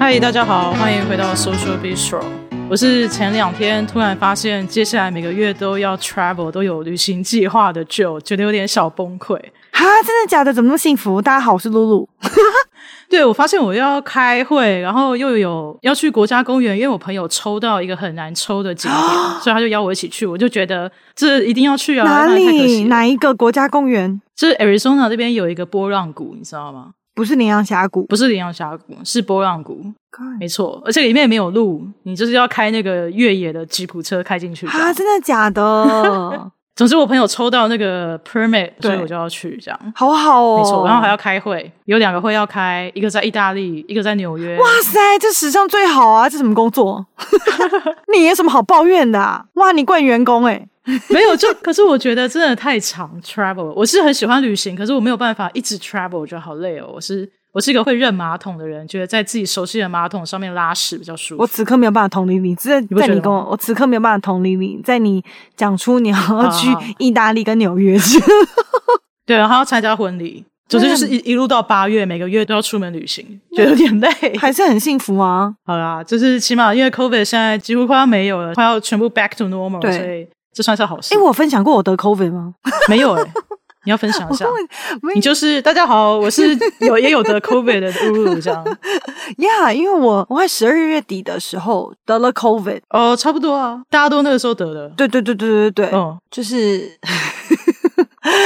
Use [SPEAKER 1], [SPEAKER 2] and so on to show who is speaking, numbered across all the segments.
[SPEAKER 1] 嘿，大家好，欢迎回到 Social Be Strong。我是前两天突然发现，接下来每个月都要 travel，都有旅行计划的 Joe，觉得有点小崩溃。
[SPEAKER 2] 哈，真的假的？怎么那么幸福？大家好，我是露露。
[SPEAKER 1] 对我发现我要开会，然后又有要去国家公园，因为我朋友抽到一个很难抽的景点， 所以他就邀我一起去。我就觉得这一定要去啊！
[SPEAKER 2] 哪
[SPEAKER 1] 不然太可惜
[SPEAKER 2] 里？
[SPEAKER 1] 了
[SPEAKER 2] 哪一个国家公园？
[SPEAKER 1] 就是 Arizona 这边有一个波浪谷，你知道吗？
[SPEAKER 2] 不是羚羊峡谷。
[SPEAKER 1] 不是羚羊峡谷，是波浪谷，
[SPEAKER 2] 看
[SPEAKER 1] 没错。而且里面也没有路，你就是要开那个越野的吉普车开进去。
[SPEAKER 2] 哈，真的假 的？
[SPEAKER 1] 总之，我朋友抽到那个 permit，所以
[SPEAKER 2] 对
[SPEAKER 1] 我就要去这样。
[SPEAKER 2] 好好哦。
[SPEAKER 1] 没错，然后还要开会，有两个会要开，一个在意大利，一个在纽约。
[SPEAKER 2] 哇塞，这史上最好啊！这什么工作？ 你有什么好抱怨的、啊？哇，你怪员工哎、
[SPEAKER 1] 没有，就 可是我觉得真的太长 travel，了我是很喜欢旅行，可是我没有办法一直 travel，我觉得好累哦。我是我是一个会认马桶的人，觉得在自己熟悉的马桶上面拉屎比较舒服。
[SPEAKER 2] 我此刻没有办法同理你，在
[SPEAKER 1] 不觉
[SPEAKER 2] 在
[SPEAKER 1] 得
[SPEAKER 2] 你
[SPEAKER 1] 吗
[SPEAKER 2] 跟我，我此刻没有办法同理你，在你讲出你要去
[SPEAKER 1] 好好
[SPEAKER 2] 意大利跟纽约 之后，
[SPEAKER 1] 对，然后要参加婚礼，总之就是一一路到八月，每个月都要出门旅行，觉得有点 累。
[SPEAKER 2] 还是很幸福啊。
[SPEAKER 1] 好啦，就是起码因为 COVID 现在几乎快要没有了，快要全部 back to normal，
[SPEAKER 2] 对
[SPEAKER 1] 所以这算是好事。
[SPEAKER 2] 哎、我有分享过我得 COVID 吗？
[SPEAKER 1] 没有哎、你要分享一下。
[SPEAKER 2] 我
[SPEAKER 1] 你就是大家好，我 是有也有得 COVID 的露露这样
[SPEAKER 2] 呀因为我我在十二月底的时候得了 COVID，
[SPEAKER 1] 哦，差不多啊，大家都那个时候得的，
[SPEAKER 2] 对对对对对对，
[SPEAKER 1] 嗯，
[SPEAKER 2] 就是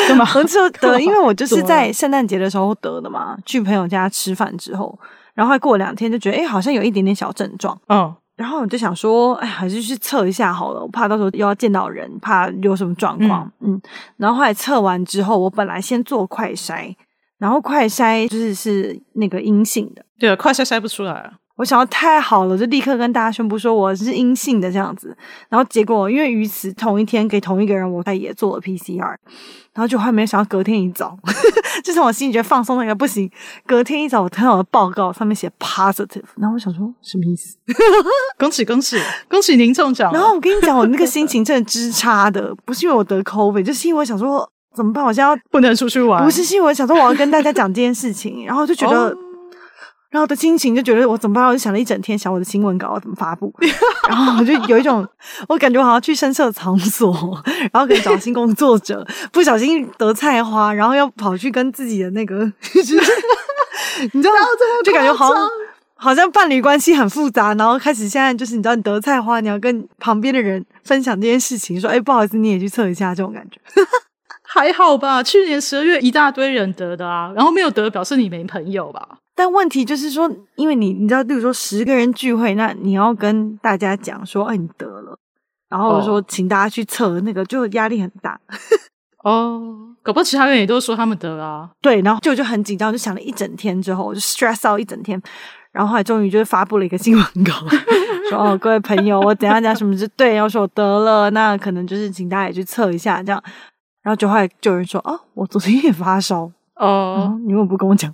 [SPEAKER 1] 干嘛？
[SPEAKER 2] 很久
[SPEAKER 1] 干嘛
[SPEAKER 2] 得，因为 我 就
[SPEAKER 1] 怎
[SPEAKER 2] 是
[SPEAKER 1] 么
[SPEAKER 2] 在
[SPEAKER 1] 了
[SPEAKER 2] 圣诞节的时候得的嘛，去朋友家吃饭之后，然后还过两天就觉得哎、诶好像有一点点小症状，
[SPEAKER 1] 嗯，
[SPEAKER 2] 然后我就想说，哎，还是去测一下好了，我怕到时候又要见到人，怕有什么状况。嗯然后后来测完之后，我本来先做快筛，然后快筛就是是那个阴性的。
[SPEAKER 1] 对啊，快筛筛不出来啊，
[SPEAKER 2] 我想要太好了，就立刻跟大家宣布说我是阴性的这样子。然后结果因为于此同一天给同一个人，我他也做了 PCR，然后就还没有想到隔天一早， 就是我心里觉得放松那个不行，隔天一早我看到我的报告上面写 positive，然后我想说什么意思？
[SPEAKER 1] 恭喜恭喜恭喜您中奖了！
[SPEAKER 2] 然后我跟你讲，我那个心情真的支差的，不是因为我得 COVID，就是因为我想说怎么办，我现在要
[SPEAKER 1] 不能出去玩，
[SPEAKER 2] 不是，是因为我想说我要跟大家讲这件事情， 然后就觉得，
[SPEAKER 1] 哦
[SPEAKER 2] 然后我的心情就觉得我怎么办？我就想了一整天，想我的新闻稿要怎么发布，然后我就有一种，我感觉我好像去深色场所， 然后可以找新工作者，不小心得菜花，然后要跑去跟自己的那个， 就是你知道，就感觉好像。好像伴侣关系很复杂，然后开始现在就是你知道你得菜花，你要跟旁边的人分享这件事情，说哎、不好意思，你也去测一下这种感觉。
[SPEAKER 1] 还好吧？去年十二月一大堆人得的啊，然后没有得表示你没朋友吧？
[SPEAKER 2] 但问题就是说，因为你你知道，例如说十个人聚会，那你要跟大家讲说，哎，你得了，然后
[SPEAKER 1] 哦
[SPEAKER 2] 说请大家去测那个，就压力很大。
[SPEAKER 1] 哦，搞不好其他人也都说他们得啊，
[SPEAKER 2] 对，然后就就很紧张，就想了一整天之后，我就 stress out 一整天，然后后来终于就是发布了一个新闻稿， 说哦，各位朋友，我怎样讲什么是对，然后说我得了，那可能就是请大家也去测一下这样。然后就后来就有人说，哦，我昨天也发烧，
[SPEAKER 1] 哦，
[SPEAKER 2] 哦，你为什么不跟我讲？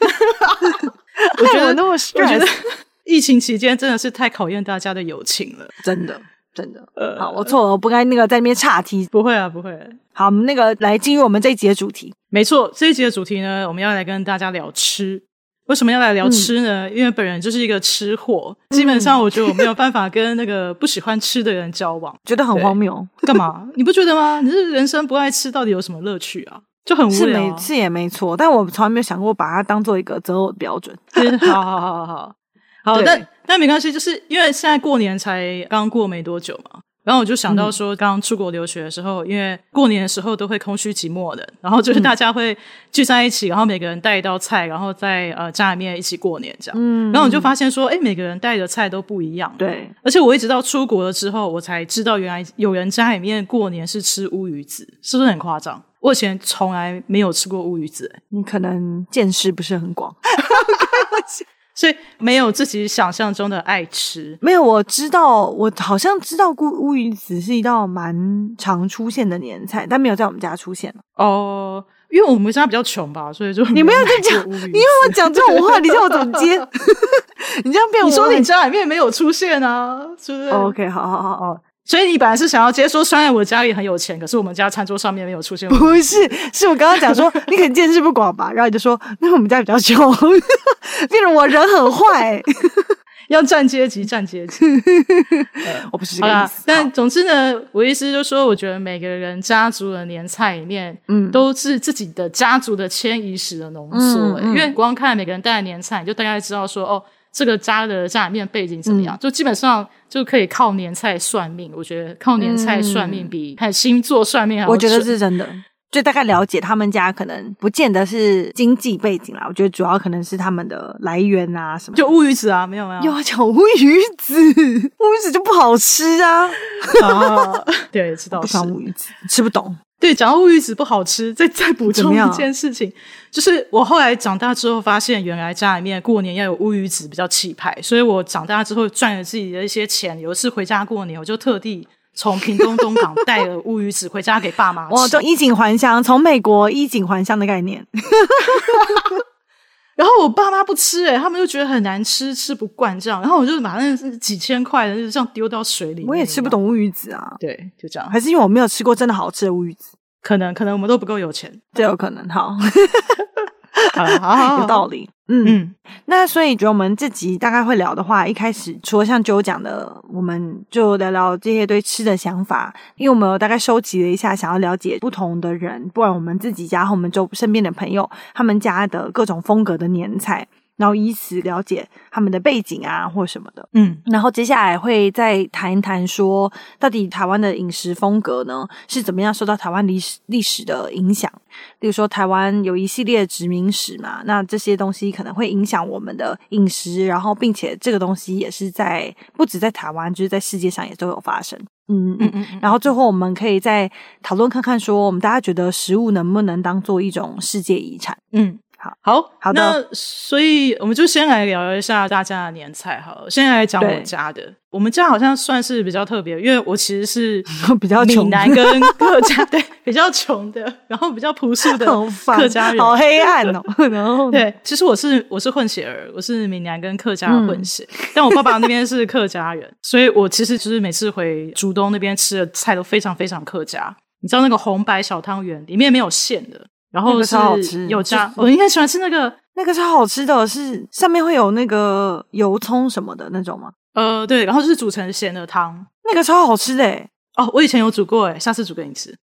[SPEAKER 1] 我觉
[SPEAKER 2] 我
[SPEAKER 1] 得
[SPEAKER 2] 那么
[SPEAKER 1] 我觉
[SPEAKER 2] stress，
[SPEAKER 1] 得 疫情期间真的是太考验大家的友情了。
[SPEAKER 2] 真的真的。
[SPEAKER 1] 呃
[SPEAKER 2] 好，我错了，我不该那个在那边岔题。
[SPEAKER 1] 不会啊，不会。
[SPEAKER 2] 好，我们那个来进入我们这一集的主题。。
[SPEAKER 1] 没错，这一集的主题呢，我们要来跟大家聊吃。为什么要来聊吃呢？因为本人就是一个吃货，基本上我觉得我没有办法跟那个不喜欢吃的人交往
[SPEAKER 2] 觉得很
[SPEAKER 1] 对
[SPEAKER 2] 荒谬，
[SPEAKER 1] 干嘛？你不觉得吗？你是人生不爱吃，到底有什么乐趣啊？就很无
[SPEAKER 2] 是
[SPEAKER 1] 聊、
[SPEAKER 2] 没
[SPEAKER 1] 啊。
[SPEAKER 2] 是也没错，但我从来没有想过把它当做一个择偶的标准。
[SPEAKER 1] 是 好好好好好，好，
[SPEAKER 2] 对
[SPEAKER 1] 但但没关系，就是因为现在过年才刚过没多久嘛，然后我就想
[SPEAKER 2] 嗯
[SPEAKER 1] 到说，刚出国留学的时候，因为过年的时候都会空虚寂寞的，然后
[SPEAKER 2] 嗯
[SPEAKER 1] 就是大家会聚在一起，然后每个人带一道菜，然后在呃家里面一起过年这样。
[SPEAKER 2] 嗯
[SPEAKER 1] 然后我就发现说，哎，每个人带的菜都不一样。。
[SPEAKER 2] 对，
[SPEAKER 1] 而且我一直到出国了之后，我才知道原来有人家里面过年是吃乌鱼子，是不是很夸张？我以前从来没有吃过乌鱼子、欸
[SPEAKER 2] 你可能见识不是很广。
[SPEAKER 1] 所以没有自己想象中的爱吃。
[SPEAKER 2] 没有，我知道，我好像知道乌乌鱼子是一道蛮常出现的年菜，但没有在我们家出现。
[SPEAKER 1] 哦，因为我们家比较穷吧，所以就
[SPEAKER 2] 你不要再讲
[SPEAKER 1] 没有买过乌鱼子
[SPEAKER 2] 你要我讲这种话，你叫我怎么接？ 你这样变我
[SPEAKER 1] 你说你
[SPEAKER 2] 很
[SPEAKER 1] 家里面没有出现啊，是不是？
[SPEAKER 2] 哦 OK，好好好，
[SPEAKER 1] 哦，所以你本来是想要直接说，虽然我家里很有钱，可是我们家餐桌上面没有出现我。
[SPEAKER 2] 不是，是我刚刚 讲说你可能见识不广吧，然后你就说那我们家比较穷， 变成我人很坏、
[SPEAKER 1] 要占阶级，占阶级。
[SPEAKER 2] 我不是这
[SPEAKER 1] 好
[SPEAKER 2] 个意
[SPEAKER 1] 啦
[SPEAKER 2] 思。，
[SPEAKER 1] 但总之呢，我意思就是说，我觉得每个人家族的年菜里面，嗯，都是自己的家族的迁移史的浓缩、
[SPEAKER 2] 嗯
[SPEAKER 1] 欸
[SPEAKER 2] 嗯
[SPEAKER 1] 因为光看每个人带的年菜，你就大概知道说，哦，这个家的家里面背景怎么
[SPEAKER 2] 嗯
[SPEAKER 1] 样，就基本上就可以靠年菜算命。我觉得靠年菜算命比看星座算命还要
[SPEAKER 2] 嗯我觉得
[SPEAKER 1] 准
[SPEAKER 2] 是真的。就大概了解他们家可能不见得是经济背景啦，我觉得主要可能是他们的来源啊什么的。
[SPEAKER 1] 就乌鱼子啊，没有没有，
[SPEAKER 2] 又要讲乌鱼子， 乌鱼子就不好吃啊，
[SPEAKER 1] 啊， 对，知道
[SPEAKER 2] 不
[SPEAKER 1] 是
[SPEAKER 2] 喜。欢乌鱼子，吃不懂。
[SPEAKER 1] 对，讲到乌鱼子不好吃，再再补
[SPEAKER 2] 怎
[SPEAKER 1] 充
[SPEAKER 2] 么样
[SPEAKER 1] 一件事情，就是我后来长大之后发现，原来家里面过年要有乌鱼子比较气派，所以我长大之后赚了自己的一些钱，有一次回家过年，我就特地从屏东东港带了乌鱼子回家给爸妈
[SPEAKER 2] 哇，
[SPEAKER 1] 吃
[SPEAKER 2] 就。衣锦还乡，从美国衣锦还乡的概念，
[SPEAKER 1] 然后我爸妈不吃、欸，他们就觉得很难吃，吃不惯这样，然后我就把那几千块的就这样丢到水里面，
[SPEAKER 2] 我也吃不。懂乌鱼子啊，
[SPEAKER 1] 对，就这样，
[SPEAKER 2] 还是因为我没有吃过真的好吃的乌鱼子，
[SPEAKER 1] 可能可能我们都不够有钱，
[SPEAKER 2] 这有可能。好，
[SPEAKER 1] 好好好好
[SPEAKER 2] 有道理。嗯，
[SPEAKER 1] 嗯，
[SPEAKER 2] 那所以觉得我们这集大概会聊的话，一开始除了像九讲的，我们就聊聊这些对吃的想法，因为我们有大概收集了一下，想要了解不同的人，不管我们自己家和我们周身边的朋友，他们家的各种风格的年菜，然后以此了解他们的背景啊或什么的。
[SPEAKER 1] 嗯，
[SPEAKER 2] 然后接下来会再谈一谈说，到底台湾的饮食风格呢是怎么样受到台湾历史历史的影响？例如说，台湾有一系列殖民史嘛，那这些东西可能会影响我们的饮食，然后并且这个东西也是在不止在台湾，就是在世界上也都有发生。嗯嗯
[SPEAKER 1] 嗯嗯嗯
[SPEAKER 2] 然后最后我们可以再讨论看看说，我们大家觉得食物能不能当做一种世界遗产？
[SPEAKER 1] 嗯，
[SPEAKER 2] 好，
[SPEAKER 1] 好，
[SPEAKER 2] 好的
[SPEAKER 1] 那所以我们就先来聊一下大家的年菜好了，先来讲
[SPEAKER 2] 对
[SPEAKER 1] 我家的。我们家好像算是比较特别，因为我其实是
[SPEAKER 2] 比较穷
[SPEAKER 1] 闽南跟客家， 对，比较穷的，然后比较朴素的
[SPEAKER 2] 好烦
[SPEAKER 1] 客家人。
[SPEAKER 2] 好黑暗哦。 然后呢
[SPEAKER 1] 对，其实我是我是混血儿，我是闽南跟客家混血，
[SPEAKER 2] 嗯
[SPEAKER 1] 但我爸爸那边是客家人， 所以我其实就是每次回竹东那边吃的菜都非常非常客家。你知道那个红白小汤圆里面没有馅的，然
[SPEAKER 2] 那
[SPEAKER 1] 后
[SPEAKER 2] 个
[SPEAKER 1] 是
[SPEAKER 2] 超好吃
[SPEAKER 1] 有加，
[SPEAKER 2] 就是
[SPEAKER 1] 我应该喜欢吃那个
[SPEAKER 2] 那个超好吃的，是上面会有那个油葱什么的那种吗？
[SPEAKER 1] 呃，对，然后就是煮成咸的汤。
[SPEAKER 2] 那个超好吃的欸，
[SPEAKER 1] 哦，我以前有煮过，哎，下次煮给你吃。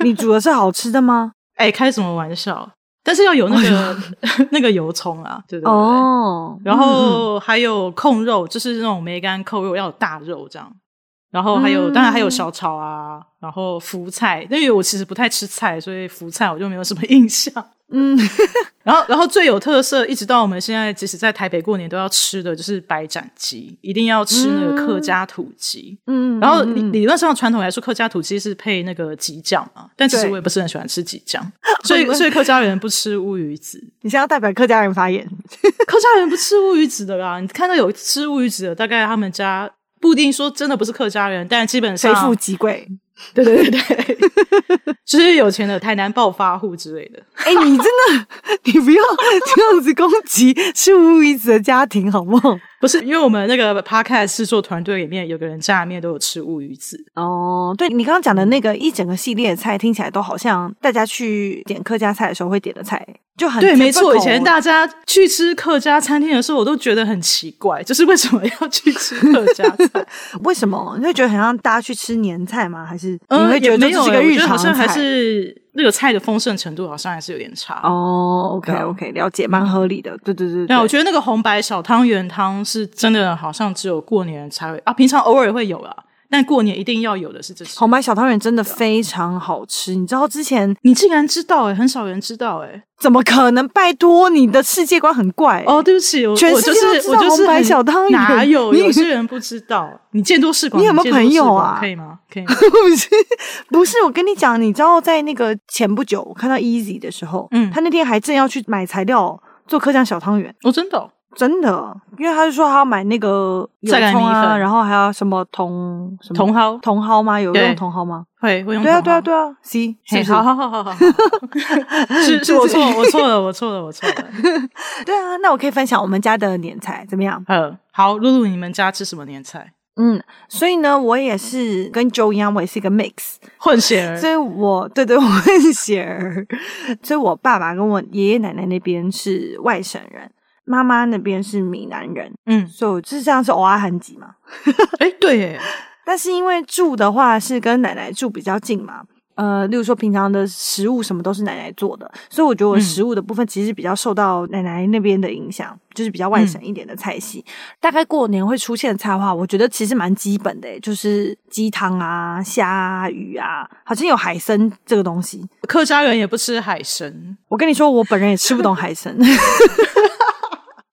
[SPEAKER 2] 你煮的是好吃的 吗？
[SPEAKER 1] 哎，开什么玩笑？但是要有那个 那个油葱啊，对对对。
[SPEAKER 2] 哦，
[SPEAKER 1] 然
[SPEAKER 2] 嗯嗯
[SPEAKER 1] 后还有控肉，就是那种梅干扣肉，要有大肉这样。然后还有，
[SPEAKER 2] 嗯
[SPEAKER 1] 当然还有小炒啊，然后福菜，因为我其实不太吃菜，所以福菜我就没有什么 印象。
[SPEAKER 2] 嗯，
[SPEAKER 1] 然后，然后最有特色，一直到我们现在，即使在台北过年都要吃的就是白斩鸡，一定要吃那个客家土鸡。
[SPEAKER 2] 嗯，
[SPEAKER 1] 然后
[SPEAKER 2] 嗯
[SPEAKER 1] 理
[SPEAKER 2] 嗯
[SPEAKER 1] 理论上传统来说，客家土鸡是配那个鸡酱嘛，但其实
[SPEAKER 2] 对
[SPEAKER 1] 我也不是很喜欢吃鸡酱，所 以所以客家人不吃乌鱼子，
[SPEAKER 2] 你现在要代表客家人发言，
[SPEAKER 1] 客家人不吃乌鱼子的啦。你看到有吃乌鱼子的，大概他们家不一定说真的不是客家人，但基本
[SPEAKER 2] 谁富
[SPEAKER 1] 上
[SPEAKER 2] 即贵？
[SPEAKER 1] 对对对对，就是有钱的台南暴发户之类的。
[SPEAKER 2] 哎，你真的，你不 要这样子攻击是无鱼子的家庭好不好？
[SPEAKER 1] 不是，因为我们那个 podcast 制作团队里面有个人家里面都有吃乌鱼子，
[SPEAKER 2] 哦，对你刚刚讲的那个一整个系列的菜，听起来都好像大家去点客家菜的时候会点的菜，就很
[SPEAKER 1] 对，没错。
[SPEAKER 2] typical
[SPEAKER 1] 以前大家去吃客家餐厅的时候，我都觉得很奇怪，就是为什么要去吃客家菜？
[SPEAKER 2] 为什么你会觉得很像大家去吃年菜吗？还是 你
[SPEAKER 1] 嗯，
[SPEAKER 2] 会觉
[SPEAKER 1] 也
[SPEAKER 2] 得
[SPEAKER 1] 没
[SPEAKER 2] 这
[SPEAKER 1] 有
[SPEAKER 2] 是
[SPEAKER 1] 欸
[SPEAKER 2] 个
[SPEAKER 1] 我
[SPEAKER 2] 日
[SPEAKER 1] 觉得好
[SPEAKER 2] 常
[SPEAKER 1] 像还
[SPEAKER 2] 菜
[SPEAKER 1] 是那个菜的丰盛程度好像还是有点差。
[SPEAKER 2] 哦，OK
[SPEAKER 1] 对啊
[SPEAKER 2] OK，了解，蛮合理的。对对对
[SPEAKER 1] 对啊，我
[SPEAKER 2] 对，
[SPEAKER 1] 觉得那个红白小汤圆汤是真的，好像只有过年才会啊，平常偶尔会有啊，但过年一定要有的是这些。
[SPEAKER 2] 红白小汤圆真的非常好吃。你知道之前
[SPEAKER 1] 你竟然知道哎、很少人知道哎、
[SPEAKER 2] 怎么可能？拜托，你的世界观很怪欸
[SPEAKER 1] 哦，，对不起，我
[SPEAKER 2] 全
[SPEAKER 1] 我
[SPEAKER 2] 世
[SPEAKER 1] 就
[SPEAKER 2] 界都
[SPEAKER 1] 是
[SPEAKER 2] 知
[SPEAKER 1] 我
[SPEAKER 2] 道
[SPEAKER 1] 就是
[SPEAKER 2] 红白
[SPEAKER 1] 很
[SPEAKER 2] 小汤圆
[SPEAKER 1] 哪有
[SPEAKER 2] 你
[SPEAKER 1] 有些人不知道？你见多识广，
[SPEAKER 2] 你有没有
[SPEAKER 1] 见多识
[SPEAKER 2] 朋友
[SPEAKER 1] 广
[SPEAKER 2] 啊
[SPEAKER 1] 可以吗？可以吗。
[SPEAKER 2] 不是 不是，我跟你讲，你知道在那个前不久我看到 Easy 的时候，
[SPEAKER 1] 嗯
[SPEAKER 2] 他那天还正要去买材料做客家小汤圆，
[SPEAKER 1] 我真的哦
[SPEAKER 2] 真的，因为他就说他要买那个油
[SPEAKER 1] 再来
[SPEAKER 2] 葱
[SPEAKER 1] 米
[SPEAKER 2] 啊，
[SPEAKER 1] 粉
[SPEAKER 2] 然后还要什么茼什么
[SPEAKER 1] 茼蒿
[SPEAKER 2] 茼蒿吗？有
[SPEAKER 1] 对
[SPEAKER 2] 用茼蒿吗？
[SPEAKER 1] 会会用
[SPEAKER 2] 对啊
[SPEAKER 1] 同
[SPEAKER 2] 对啊
[SPEAKER 1] 行
[SPEAKER 2] 对啊，C 是
[SPEAKER 1] 嘿
[SPEAKER 2] 不是？
[SPEAKER 1] 好好好 好好好，是是我错了我错了我错了我错 了。
[SPEAKER 2] 对啊，那我可以分享我们家的年菜怎么样？
[SPEAKER 1] 呃，好，露露，你们家吃什么年菜？
[SPEAKER 2] 嗯，所以呢，我也是跟 Joe 一样，我也是一个 mix，
[SPEAKER 1] 混血儿
[SPEAKER 2] 所以我对对混血儿， 所以我爸爸跟我爷爷奶奶那边是外省人，妈妈那边是闽南人，
[SPEAKER 1] 嗯，
[SPEAKER 2] 所以我就是这样是偶尔韩籍嘛。
[SPEAKER 1] 哎，对耶，
[SPEAKER 2] 但是因为住的话是跟奶奶住比较近嘛，呃，例如说平常的食物什么都是奶奶做的，所以我觉得我
[SPEAKER 1] 嗯
[SPEAKER 2] 食物的部分其实比较受到奶奶那边的影响，就是比较外省一点的菜系。大概过年会出现的菜的话，我觉得其实蛮基本的、欸就是鸡汤啊、虾啊、鱼啊，好像有海参这个东西。
[SPEAKER 1] 客家人也不吃海参，
[SPEAKER 2] 我跟你说，我本人也吃不懂海参。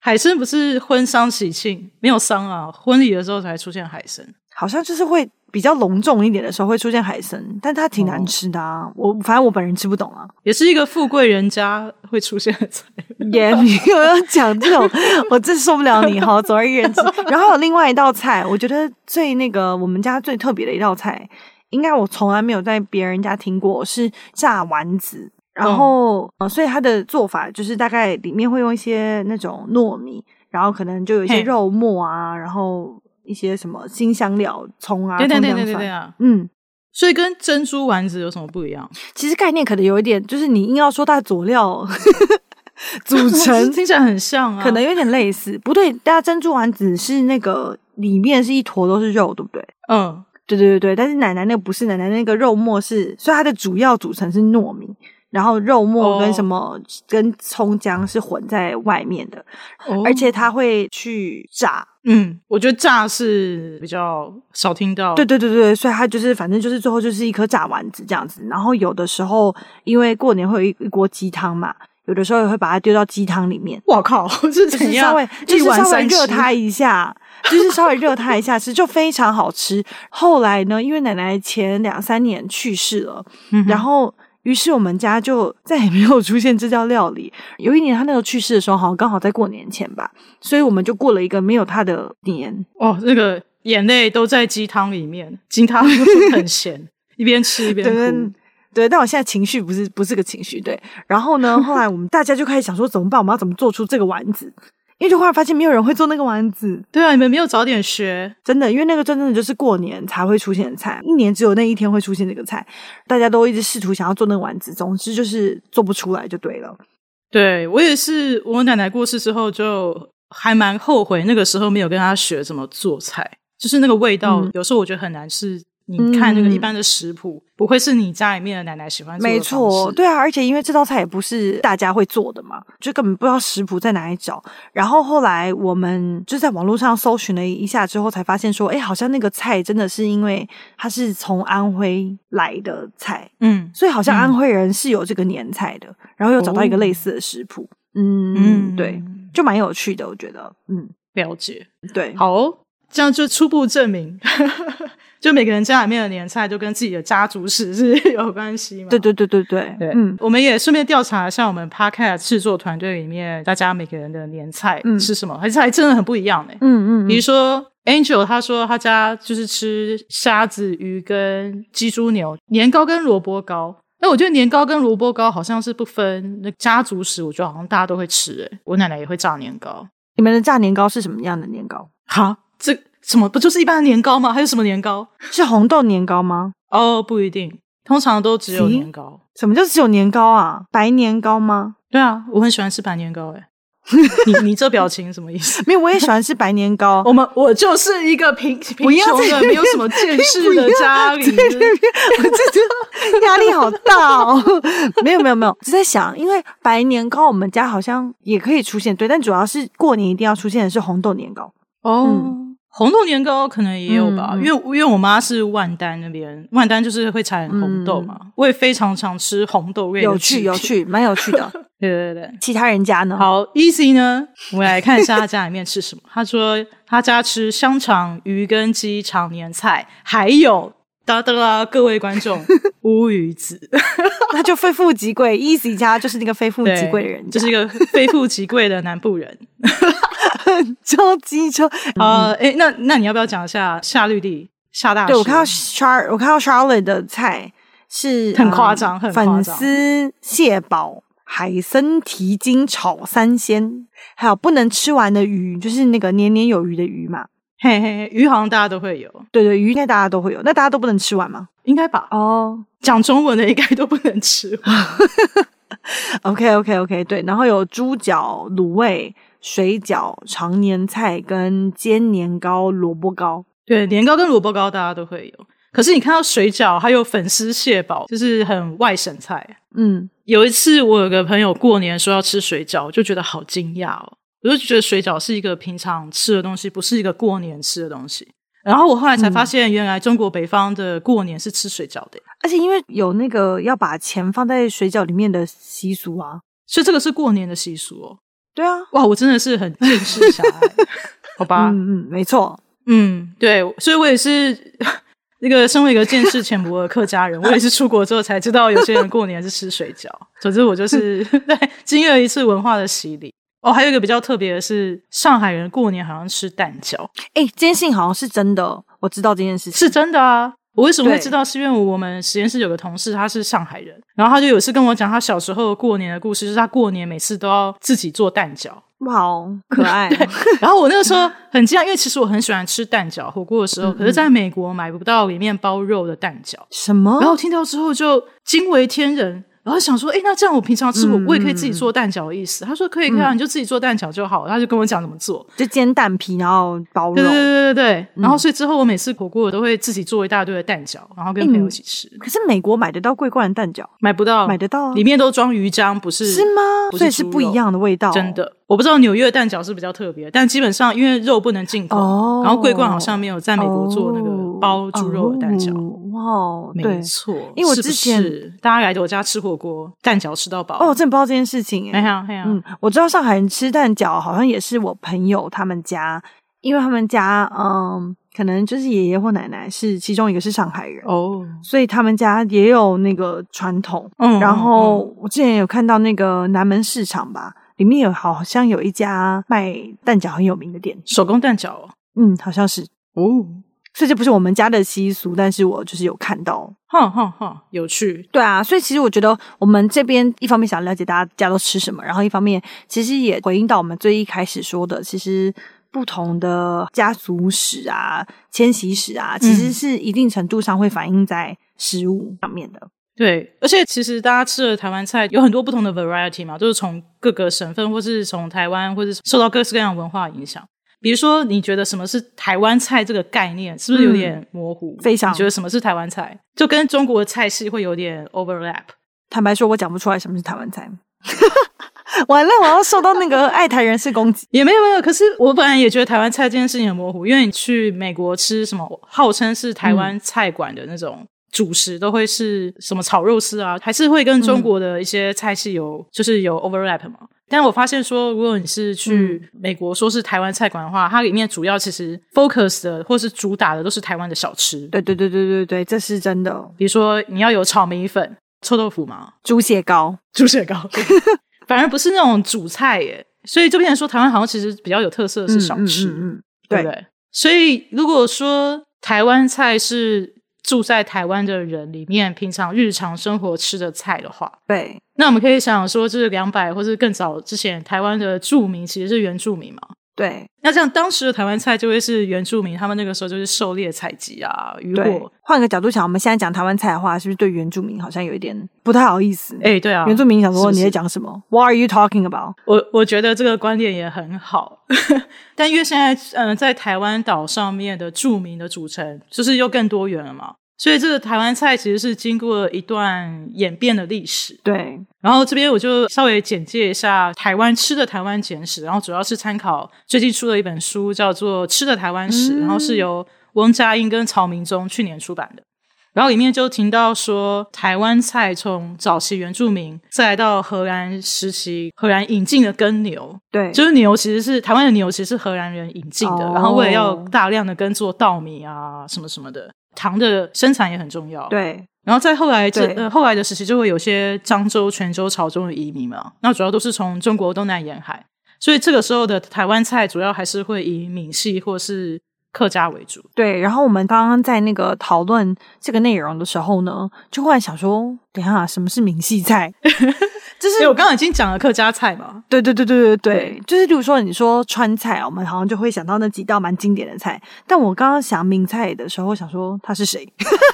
[SPEAKER 1] 海参不是婚丧喜庆没有丧啊，婚礼的时候才出现海参。
[SPEAKER 2] 好像就是会比较隆重一点的时候会出现海参，但它挺难吃的啊。我反正我本人吃不懂啊。
[SPEAKER 1] 也是一个富贵人家会出现的 菜，
[SPEAKER 2] 也你又要讲这种， 我真受不了你哈。总而言 之，然后有另外一道菜，我觉得最那个我们家最特别的一道菜，应该我从来没有在别人家听过，是炸丸子。然后、
[SPEAKER 1] 嗯
[SPEAKER 2] 呃所以它的做法就是大概里面会用一些那种糯米，然后可能就有一些
[SPEAKER 1] 嘿
[SPEAKER 2] 肉末啊，然后一些什么新香料、葱啊，
[SPEAKER 1] 对对对
[SPEAKER 2] 葱姜
[SPEAKER 1] 对对
[SPEAKER 2] 蒜
[SPEAKER 1] 对啊！
[SPEAKER 2] 嗯，
[SPEAKER 1] 所以跟珍珠丸子有什么不一样？
[SPEAKER 2] 其实概念可能有一点，就是你硬要说它佐料 组 成，
[SPEAKER 1] 听起来很像啊，
[SPEAKER 2] 可能有点类似。不对，大家珍珠丸子是那个里面是一坨都是肉，对不对？
[SPEAKER 1] 嗯，
[SPEAKER 2] 对对对对，但是奶奶那个不是，奶奶那个肉末是，所以它的主要组成是糯米，然后肉末跟
[SPEAKER 1] 哦
[SPEAKER 2] 什么、跟葱姜是混在外面的，
[SPEAKER 1] 哦
[SPEAKER 2] 而且它会去炸。
[SPEAKER 1] 嗯，我觉得炸是比较少听到，
[SPEAKER 2] 对对对对，所以它就是反正就是最后就是一颗炸丸子这样子。然后有的时候因为过年会有一一锅鸡汤嘛，有的时候也会把它丢到鸡汤里面，
[SPEAKER 1] 我靠，是
[SPEAKER 2] 就
[SPEAKER 1] 怎
[SPEAKER 2] 是
[SPEAKER 1] 样？
[SPEAKER 2] 稍微就是
[SPEAKER 1] 一碗
[SPEAKER 2] 稍微
[SPEAKER 1] 三吃
[SPEAKER 2] 热它一下，就是稍微热它一下吃，就非常好吃。后来呢，因为奶奶前两三年去世了，
[SPEAKER 1] 嗯哼
[SPEAKER 2] 然后。于是我们家就 再也没有出现这道料理。有一年她那时候去世的时候，好像刚好在过年前吧，所以我们就过了一个没有她的年。
[SPEAKER 1] 哦，那个眼泪都在鸡汤里面，鸡汤很 咸，一边吃一边
[SPEAKER 2] 对
[SPEAKER 1] 哭。
[SPEAKER 2] 嗯对，但我现在情绪不是不是个情绪，对。然后呢，后来我们大家就开始想说怎么办，我们要怎么做出这个丸子？因为就后来发现没有人会做那个丸子，
[SPEAKER 1] 对啊，你们没有早点学，
[SPEAKER 2] 真的，因为那个真正的就是过年才会出现的菜，一年只有那一天会出现这个菜，大家都一直试图想要做那个丸子，总之就是做不出来就对了。
[SPEAKER 1] 对我也是，我奶奶过世之后就还蛮后悔，那个时候没有跟她学怎么做菜，就是那个味道，
[SPEAKER 2] 嗯
[SPEAKER 1] 有时候我觉得很难是。你看那个
[SPEAKER 2] 嗯
[SPEAKER 1] 一般的食谱，不会是你家里面的奶奶喜欢做的
[SPEAKER 2] 没
[SPEAKER 1] 方
[SPEAKER 2] 错，
[SPEAKER 1] 式
[SPEAKER 2] 对啊，而且因为这道菜也不是大家会做的嘛，就根本不知道食谱在哪里找。然后后来我们就在网络上搜寻了一下之后，才发现说，哎，好像那个菜真的是因为它是从安徽来的菜，
[SPEAKER 1] 嗯
[SPEAKER 2] 所以好像
[SPEAKER 1] 嗯
[SPEAKER 2] 安徽人是有这个年菜的。然后又找到一个
[SPEAKER 1] 哦
[SPEAKER 2] 类似的食谱，嗯，对，，就蛮有趣的，我觉得，嗯，
[SPEAKER 1] 了解。
[SPEAKER 2] 对，
[SPEAKER 1] 好、哦，这样就初步证明， 就每个人家里面的年菜就跟自己的家族史是 有关系嘛？
[SPEAKER 2] 对对对对对，
[SPEAKER 1] 对，
[SPEAKER 2] 嗯，
[SPEAKER 1] 我们也顺便调查一下我们 Podcast 制作团队里面大家每个人的年菜
[SPEAKER 2] 嗯
[SPEAKER 1] 吃什么，还是还真的很不一样呢、
[SPEAKER 2] 嗯嗯
[SPEAKER 1] 比如
[SPEAKER 2] 嗯，
[SPEAKER 1] 说 Angel，他说他家就是吃虾子、鱼跟鸡、猪、牛，年糕跟萝卜糕。那我觉得年糕跟萝卜糕好像是不分那家族史，我觉得好像大家都会吃、欸。我奶奶也会炸年糕。
[SPEAKER 2] 你们的炸年糕是什么样的年糕？
[SPEAKER 1] 哈，这什么不就是一般的年糕吗？还有什么年糕？
[SPEAKER 2] 是红豆年糕吗？
[SPEAKER 1] 哦，不一定，通常都只有
[SPEAKER 2] 行
[SPEAKER 1] 年糕。
[SPEAKER 2] 什么叫只有年糕啊？白年糕吗？
[SPEAKER 1] 对啊，我很喜欢吃白年糕、欸。哎，你你 这表情什么意思？
[SPEAKER 2] 没有，我也喜欢吃白年糕。
[SPEAKER 1] 我们我就是一个贫
[SPEAKER 2] 不
[SPEAKER 1] 贫
[SPEAKER 2] 要
[SPEAKER 1] 穷
[SPEAKER 2] 在
[SPEAKER 1] 的、
[SPEAKER 2] 那
[SPEAKER 1] 没有什么见识 的家里，
[SPEAKER 2] 我这就压力好大哦。 没有没有没有，只在想，因为白年糕我们家好像也可以出现，对，但主要是过年一定要出现的是红豆年糕。
[SPEAKER 1] 哦。
[SPEAKER 2] 嗯
[SPEAKER 1] 红豆年糕可能也有吧，
[SPEAKER 2] 嗯嗯
[SPEAKER 1] 因为因为我妈是万丹那边，万丹就是会产红豆嘛，我也非常常吃红豆类的
[SPEAKER 2] 嗯有趣
[SPEAKER 1] 制
[SPEAKER 2] 有
[SPEAKER 1] 品，
[SPEAKER 2] 趣，蛮有趣 的。
[SPEAKER 1] 对对对。
[SPEAKER 2] 其他人家呢？
[SPEAKER 1] 好，Easy 呢？我们来看一下他家里面吃什么。他说他家吃香肠、鱼跟鸡、常年菜，还有哒哒啦，各位观 众，乌鱼子，
[SPEAKER 2] 那就非富即贵，Easy 家就是那个非富即
[SPEAKER 1] 对
[SPEAKER 2] 贵的人家，
[SPEAKER 1] 就是一个非富即贵的南部人。
[SPEAKER 2] 超级超。
[SPEAKER 1] 啊、诶，那那你要不要讲一下夏绿蒂、夏大师？
[SPEAKER 2] 对我看到 Char，我看到 Charlotte 的菜是
[SPEAKER 1] 很
[SPEAKER 2] 呃
[SPEAKER 1] 夸张很夸
[SPEAKER 2] 粉
[SPEAKER 1] 张
[SPEAKER 2] 丝蟹煲、海参蹄筋炒三鲜，还有不能吃完的鱼，就是那个年年有余的鱼嘛。
[SPEAKER 1] 嘿嘿，嘿，鱼好像大家都会有，
[SPEAKER 2] 对对，鱼应该大家都会有，那大家都不能吃完吗？
[SPEAKER 1] 应该吧？
[SPEAKER 2] 哦、
[SPEAKER 1] 讲中文的应该都不能吃吧。
[SPEAKER 2] o k OK OK，对，然后有猪脚、卤味、水饺、常年菜跟煎年糕、萝卜糕。
[SPEAKER 1] 对，年糕跟萝卜糕大家都会有，可是你看到水饺还有粉丝蟹堡，就是很外省菜。
[SPEAKER 2] 嗯，
[SPEAKER 1] 有一次我有个朋友过年说要吃水饺，我就觉得好惊讶哦，我就觉得水饺是一个平常吃的东西，不是一个过年吃的东西。然后我后来才发现，原来中国北方的过年是吃水饺的耶，
[SPEAKER 2] 而且因为有那个要把钱放在水饺里面的习俗啊。
[SPEAKER 1] 所以这个是过年的习俗哦。
[SPEAKER 2] 对啊，
[SPEAKER 1] 哇，我真的是很见识狭 隘，好吧？
[SPEAKER 2] 嗯嗯，没错。
[SPEAKER 1] 嗯，对，所以我也是 那个身为一个见识浅薄的客家人，我也是出国之后才知道有些人过年是吃水饺。总之，我就是 对经历了一次文化的洗礼。哦，还有一个比较特别的是，上海人过年好像吃蛋饺，
[SPEAKER 2] 哎、坚信好像是真的，哦我知道这件事情。
[SPEAKER 1] 是真的啊。我为什么会
[SPEAKER 2] 对
[SPEAKER 1] 知道？是因为我们实验室有个同事，他是上海人，然后他就有一次跟我讲他小时候过年的故事，就是他过年每次都要自己做蛋饺，
[SPEAKER 2] 哇哦，可爱哦。
[SPEAKER 1] 然后我那个时候很惊讶，因为其实我很喜欢吃蛋饺火锅的时候，
[SPEAKER 2] 嗯嗯
[SPEAKER 1] 可是在美国买不到里面包肉的蛋饺。
[SPEAKER 2] 什么？
[SPEAKER 1] 然后听到之后就惊为天人，然后想说，诶，那这样我平常吃我
[SPEAKER 2] 嗯
[SPEAKER 1] 我也可以自己做蛋饺的意思。他说可以，可以啊，你就自己做蛋饺就好。他就跟我讲怎么做。
[SPEAKER 2] 就煎蛋皮，然后包
[SPEAKER 1] 对
[SPEAKER 2] 肉
[SPEAKER 1] 对。对对对。
[SPEAKER 2] 嗯
[SPEAKER 1] 然后所以之后我每次火锅我都会自己做一大堆的蛋饺，然后跟
[SPEAKER 2] 诶
[SPEAKER 1] 朋友
[SPEAKER 2] 你
[SPEAKER 1] 一起吃。
[SPEAKER 2] 可是美国买得到桂冠蛋饺，
[SPEAKER 1] 买不到，
[SPEAKER 2] 买得到啊
[SPEAKER 1] 哦里面都装鱼浆，不是
[SPEAKER 2] 是吗？
[SPEAKER 1] 不
[SPEAKER 2] 所以
[SPEAKER 1] 是
[SPEAKER 2] 是
[SPEAKER 1] 猪
[SPEAKER 2] 不
[SPEAKER 1] 肉
[SPEAKER 2] 一样的味道，哦
[SPEAKER 1] 真。的，我不知道纽约的蛋饺是比较特别，但基本上因为肉不能进口，
[SPEAKER 2] 哦
[SPEAKER 1] 然后桂冠好像没有在美国做那
[SPEAKER 2] 哦
[SPEAKER 1] 个包猪肉的蛋饺。
[SPEAKER 2] 哦哇，对
[SPEAKER 1] 没，错，
[SPEAKER 2] 因为我
[SPEAKER 1] 是不
[SPEAKER 2] 之前
[SPEAKER 1] 是大家来我家吃火锅，蛋饺吃到饱。
[SPEAKER 2] 哦，我真的不知道这件事情
[SPEAKER 1] 哎
[SPEAKER 2] 哎。
[SPEAKER 1] 呀哎呀，
[SPEAKER 2] 嗯，我知道上海人吃蛋饺，好像也是我朋友他们家，因为他们家嗯，可能就是爷爷或奶奶是其中一个是上海人，
[SPEAKER 1] 哦，
[SPEAKER 2] 所以他们家也有那个传统。
[SPEAKER 1] 嗯
[SPEAKER 2] 然后我之前有看到那个南门市场吧，里面有好像有一家卖蛋饺很有名的店，
[SPEAKER 1] 手工蛋饺哦，
[SPEAKER 2] 嗯，好像是。
[SPEAKER 1] 哦，
[SPEAKER 2] 所以这不是我们家的习俗，但是我就是有看到。
[SPEAKER 1] 哈哈哈，有趣，
[SPEAKER 2] 对啊，所以其实我觉得我们这边一方面想了解大家都吃什么，然后一方面其实也回应到我们最一开始说的，其实不同的家族史啊、迁徙史啊，其
[SPEAKER 1] 嗯
[SPEAKER 2] 实是一定程度上会反映在食物上面的。
[SPEAKER 1] 对，而且其实大家吃的台湾菜有很多不同的 variety 嘛，就是从各个省份，或是从台湾，或是受到各式各样的文化影响。比如说，你觉得什么是台湾菜这个概念，是不是有点模糊？
[SPEAKER 2] 非常
[SPEAKER 1] 你觉得什么是台湾菜，就跟中国的菜系会有点 overlap。
[SPEAKER 2] 坦白说，我讲不出来什么是台湾菜。 完了，我要受到那个爱台人士攻击。
[SPEAKER 1] 也没有没有，可是我本来也觉得台湾菜这件事情很模糊，因为你去美国吃什么号称是台湾
[SPEAKER 2] 嗯
[SPEAKER 1] 菜馆的那种主食，都会是什么炒肉丝啊，还是会跟
[SPEAKER 2] 嗯
[SPEAKER 1] 中国的一些菜系有、就是有 overlap 嘛。但我发现说，如果你是去
[SPEAKER 2] 嗯
[SPEAKER 1] 美国说是台湾菜馆的话，它里面主要其实 focus 的或是主打的都是台湾的小吃，
[SPEAKER 2] 对对对对对对，这是真的。哦
[SPEAKER 1] 比如说你要有炒米粉、臭豆腐嘛，
[SPEAKER 2] 猪血糕，
[SPEAKER 1] 猪血糕， 反而不是那种主菜耶。所以就变成说，台湾好像其实比较有特色的是小吃。
[SPEAKER 2] 嗯嗯嗯嗯
[SPEAKER 1] 对不对？所以如果说台湾菜是住在台湾的人里面平常日常生活吃的菜的话，
[SPEAKER 2] 对，
[SPEAKER 1] 那我们可以想说，就是两百或是更早之前，台湾的住民其实是原住民嘛。
[SPEAKER 2] 对
[SPEAKER 1] 那这样，当时的台湾菜就会是原住民，他们那个时候就是狩猎、采集啊、渔
[SPEAKER 2] 对
[SPEAKER 1] 获。，
[SPEAKER 2] 换个角度想，我们现在讲台湾菜的话，是不是对原住民好像有一点不太好意思？
[SPEAKER 1] 哎，对啊，
[SPEAKER 2] 原住民想
[SPEAKER 1] 是
[SPEAKER 2] 说
[SPEAKER 1] 不是
[SPEAKER 2] 你在讲什么？What are you talking about？
[SPEAKER 1] 我我觉得这个观点也很好， 但因为现在嗯、呃在台湾岛上面的著名的组成就是又更多元了嘛，所以这个台湾菜其实是经过了一段演变的历史。
[SPEAKER 2] 对，
[SPEAKER 1] 然后这边我就稍微简介一下台湾吃的台湾简史，然后主要是参考最近出的一本书，叫做《吃的台湾史》，
[SPEAKER 2] 嗯
[SPEAKER 1] 然后是由翁佳音跟曹明忠去年出版的。然后里面就提到说，台湾菜从早期原住民，再到荷兰时期，荷兰引进的耕牛，
[SPEAKER 2] 对，
[SPEAKER 1] 就是牛其实是台湾的牛，其实是荷兰人引进的，
[SPEAKER 2] 哦
[SPEAKER 1] 然后为了要大量的耕作稻米啊什么什么的，糖的生产也很重要。
[SPEAKER 2] 对，
[SPEAKER 1] 然后在后来这
[SPEAKER 2] 对
[SPEAKER 1] 呃后来的时期，就会有些漳州、泉州、潮州的移民嘛，那主要都是从中国东南沿海，所以这个时候的台湾菜主要还是会以闽系或是客家为主。
[SPEAKER 2] 对，然后我们刚刚在那个讨论这个内容的时候呢，就忽然想说，等一下啊什么是闽系菜？就是
[SPEAKER 1] 因为我刚刚已经讲了客家菜嘛，
[SPEAKER 2] 对对对对对对，就是比如说你说川菜啊，我们好像就会想到那几道蛮经典的菜。但我刚刚想名菜的时候，想说他是谁，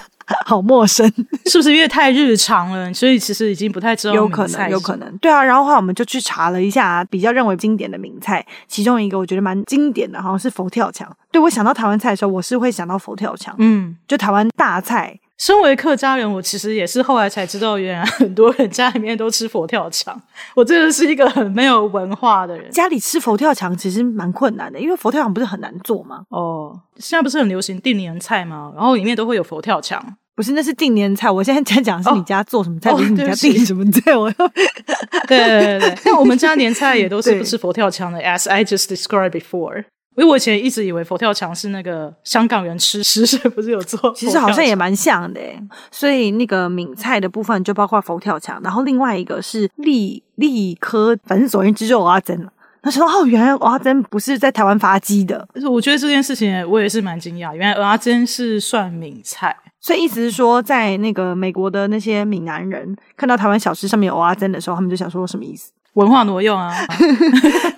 [SPEAKER 2] 好陌生，
[SPEAKER 1] 是不是因为太日常了，所以其实已经不太知道
[SPEAKER 2] 有可
[SPEAKER 1] 闽菜
[SPEAKER 2] 能
[SPEAKER 1] 是
[SPEAKER 2] 有可能，对啊。然后后来我们就去查了一下啊比较认为经典的名菜，其中一个我觉得蛮经典的，好像是佛跳墙。对我想到台湾菜的时候，我是会想到佛跳墙，
[SPEAKER 1] 嗯。
[SPEAKER 2] 就台湾大菜。
[SPEAKER 1] 身为客家人，我其实也是后来才知道，原来很多人家里面都吃佛跳墙。我真的是一个很没有文化的人
[SPEAKER 2] 家里吃佛跳墙其实蛮困难的，因为佛跳墙不是很难做吗？
[SPEAKER 1] 哦。现在不是很流行定年菜吗？然后里面都会有佛跳墙，
[SPEAKER 2] 不是，那是订年菜。我现在在讲的是你家做什么菜，
[SPEAKER 1] 哦
[SPEAKER 2] 不是你
[SPEAKER 1] 对
[SPEAKER 2] 家
[SPEAKER 1] 不起
[SPEAKER 2] 订什么菜。我要
[SPEAKER 1] 对对对 对，但我们家年菜也都是
[SPEAKER 2] 对
[SPEAKER 1] 不吃佛跳墙的，as I just described before。因为我以前一直以为佛跳墙是那个香港人吃吃是不是有做佛跳墙？
[SPEAKER 2] 其实好像也蛮像的欸，所以那个闽菜的部分就包括佛跳墙，然后另外一个是栗栗科，反正总而言之就啊蚵仔煎了。他说：“哦，原来蚵仔煎不是在台湾发迹的，
[SPEAKER 1] 就是我觉得这件事情我也是蛮惊讶，原来蚵仔煎是算闽菜。
[SPEAKER 2] 所以意思是说，在那个美国的那些闽南人看到台湾小吃上面有蚵仔煎的时候，他们就想说什么意思
[SPEAKER 1] 文化挪 用啊，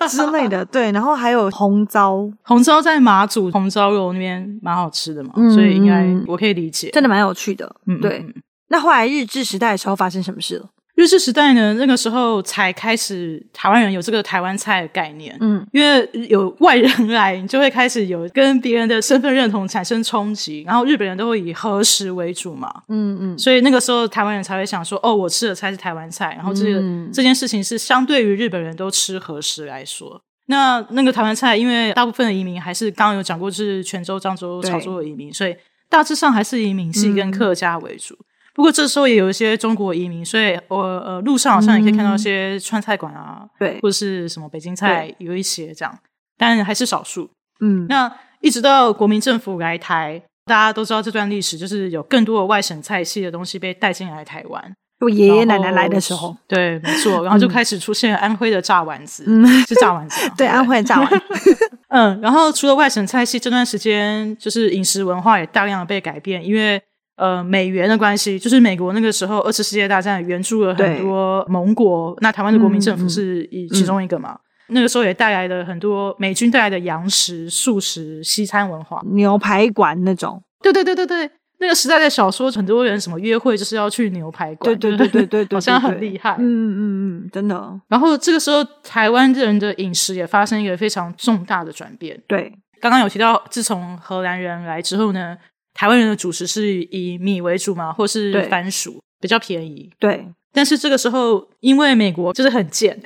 [SPEAKER 2] 之类的。对，然后还有红糟，
[SPEAKER 1] 红烧在马祖红烧肉那边蛮好吃的嘛，
[SPEAKER 2] 嗯
[SPEAKER 1] 所以应该我可以理解。
[SPEAKER 2] 真的蛮有趣的。
[SPEAKER 1] 嗯，
[SPEAKER 2] 对。
[SPEAKER 1] 嗯嗯
[SPEAKER 2] 那后来日治时代的时候发生什么事了？
[SPEAKER 1] 日治时代呢，那个时候才开始台湾人有这个台湾菜的概念，
[SPEAKER 2] 嗯，
[SPEAKER 1] 因为有外人来，你就会开始有跟别人的身份认同产生冲击，然后日本人都会以和食为主嘛，
[SPEAKER 2] 嗯嗯，
[SPEAKER 1] 所以那个时候台湾人才会想说，哦，我吃的菜是台湾菜，然后这个、
[SPEAKER 2] 嗯
[SPEAKER 1] 这件事情是相对于日本人都吃和食来说。那那个台湾菜，因为大部分的移民还是刚刚有讲过，是泉州、漳州、
[SPEAKER 2] 对
[SPEAKER 1] 潮州的移民，所以大致上还是以闽系跟客家为主。不过这时候也有一些中国移民，所以我呃路上好像也可以看到一些川菜馆啊，
[SPEAKER 2] 对，
[SPEAKER 1] 或者是什么北京菜有一些这样，但还是少数。
[SPEAKER 2] 嗯，
[SPEAKER 1] 那一直到国民政府来台，大家都知道这段历史，就是有更多的外省菜系的东西被带进来台湾。
[SPEAKER 2] 我爷爷奶奶来的时候，，
[SPEAKER 1] 对，没错，然后就开始出现安徽的炸丸子，
[SPEAKER 2] 嗯，
[SPEAKER 1] 是炸丸子吗
[SPEAKER 2] 对，安徽炸丸，
[SPEAKER 1] 嗯，然后除了外省菜系，这段时间就是饮食文化也大量的被改变，因为呃美元的关系，就是美国那个时候二次世界大战援助了很
[SPEAKER 2] 对
[SPEAKER 1] 多盟国，那台湾的国民政
[SPEAKER 2] 嗯
[SPEAKER 1] 府
[SPEAKER 2] 嗯
[SPEAKER 1] 是以其中一个嘛。那个时候也带来了很多美军带来的洋食、素食、西餐文化。
[SPEAKER 2] 牛排馆那种，
[SPEAKER 1] 对对对对对，那个时代的小说，很多人什么约会就是要去牛排馆，
[SPEAKER 2] 对对对对对对，
[SPEAKER 1] 好像很厉害。
[SPEAKER 2] 嗯嗯嗯，真的，
[SPEAKER 1] 然后这个时候，台湾人的饮食也发生一个非常重大的转变。
[SPEAKER 2] 对，
[SPEAKER 1] 刚刚有提到，自从荷兰人来之后呢，台湾人的主食是以米为主嘛，或是
[SPEAKER 2] 对
[SPEAKER 1] 番薯比较便宜。
[SPEAKER 2] 对，
[SPEAKER 1] 但是这个时候，因为美国就是很 贱，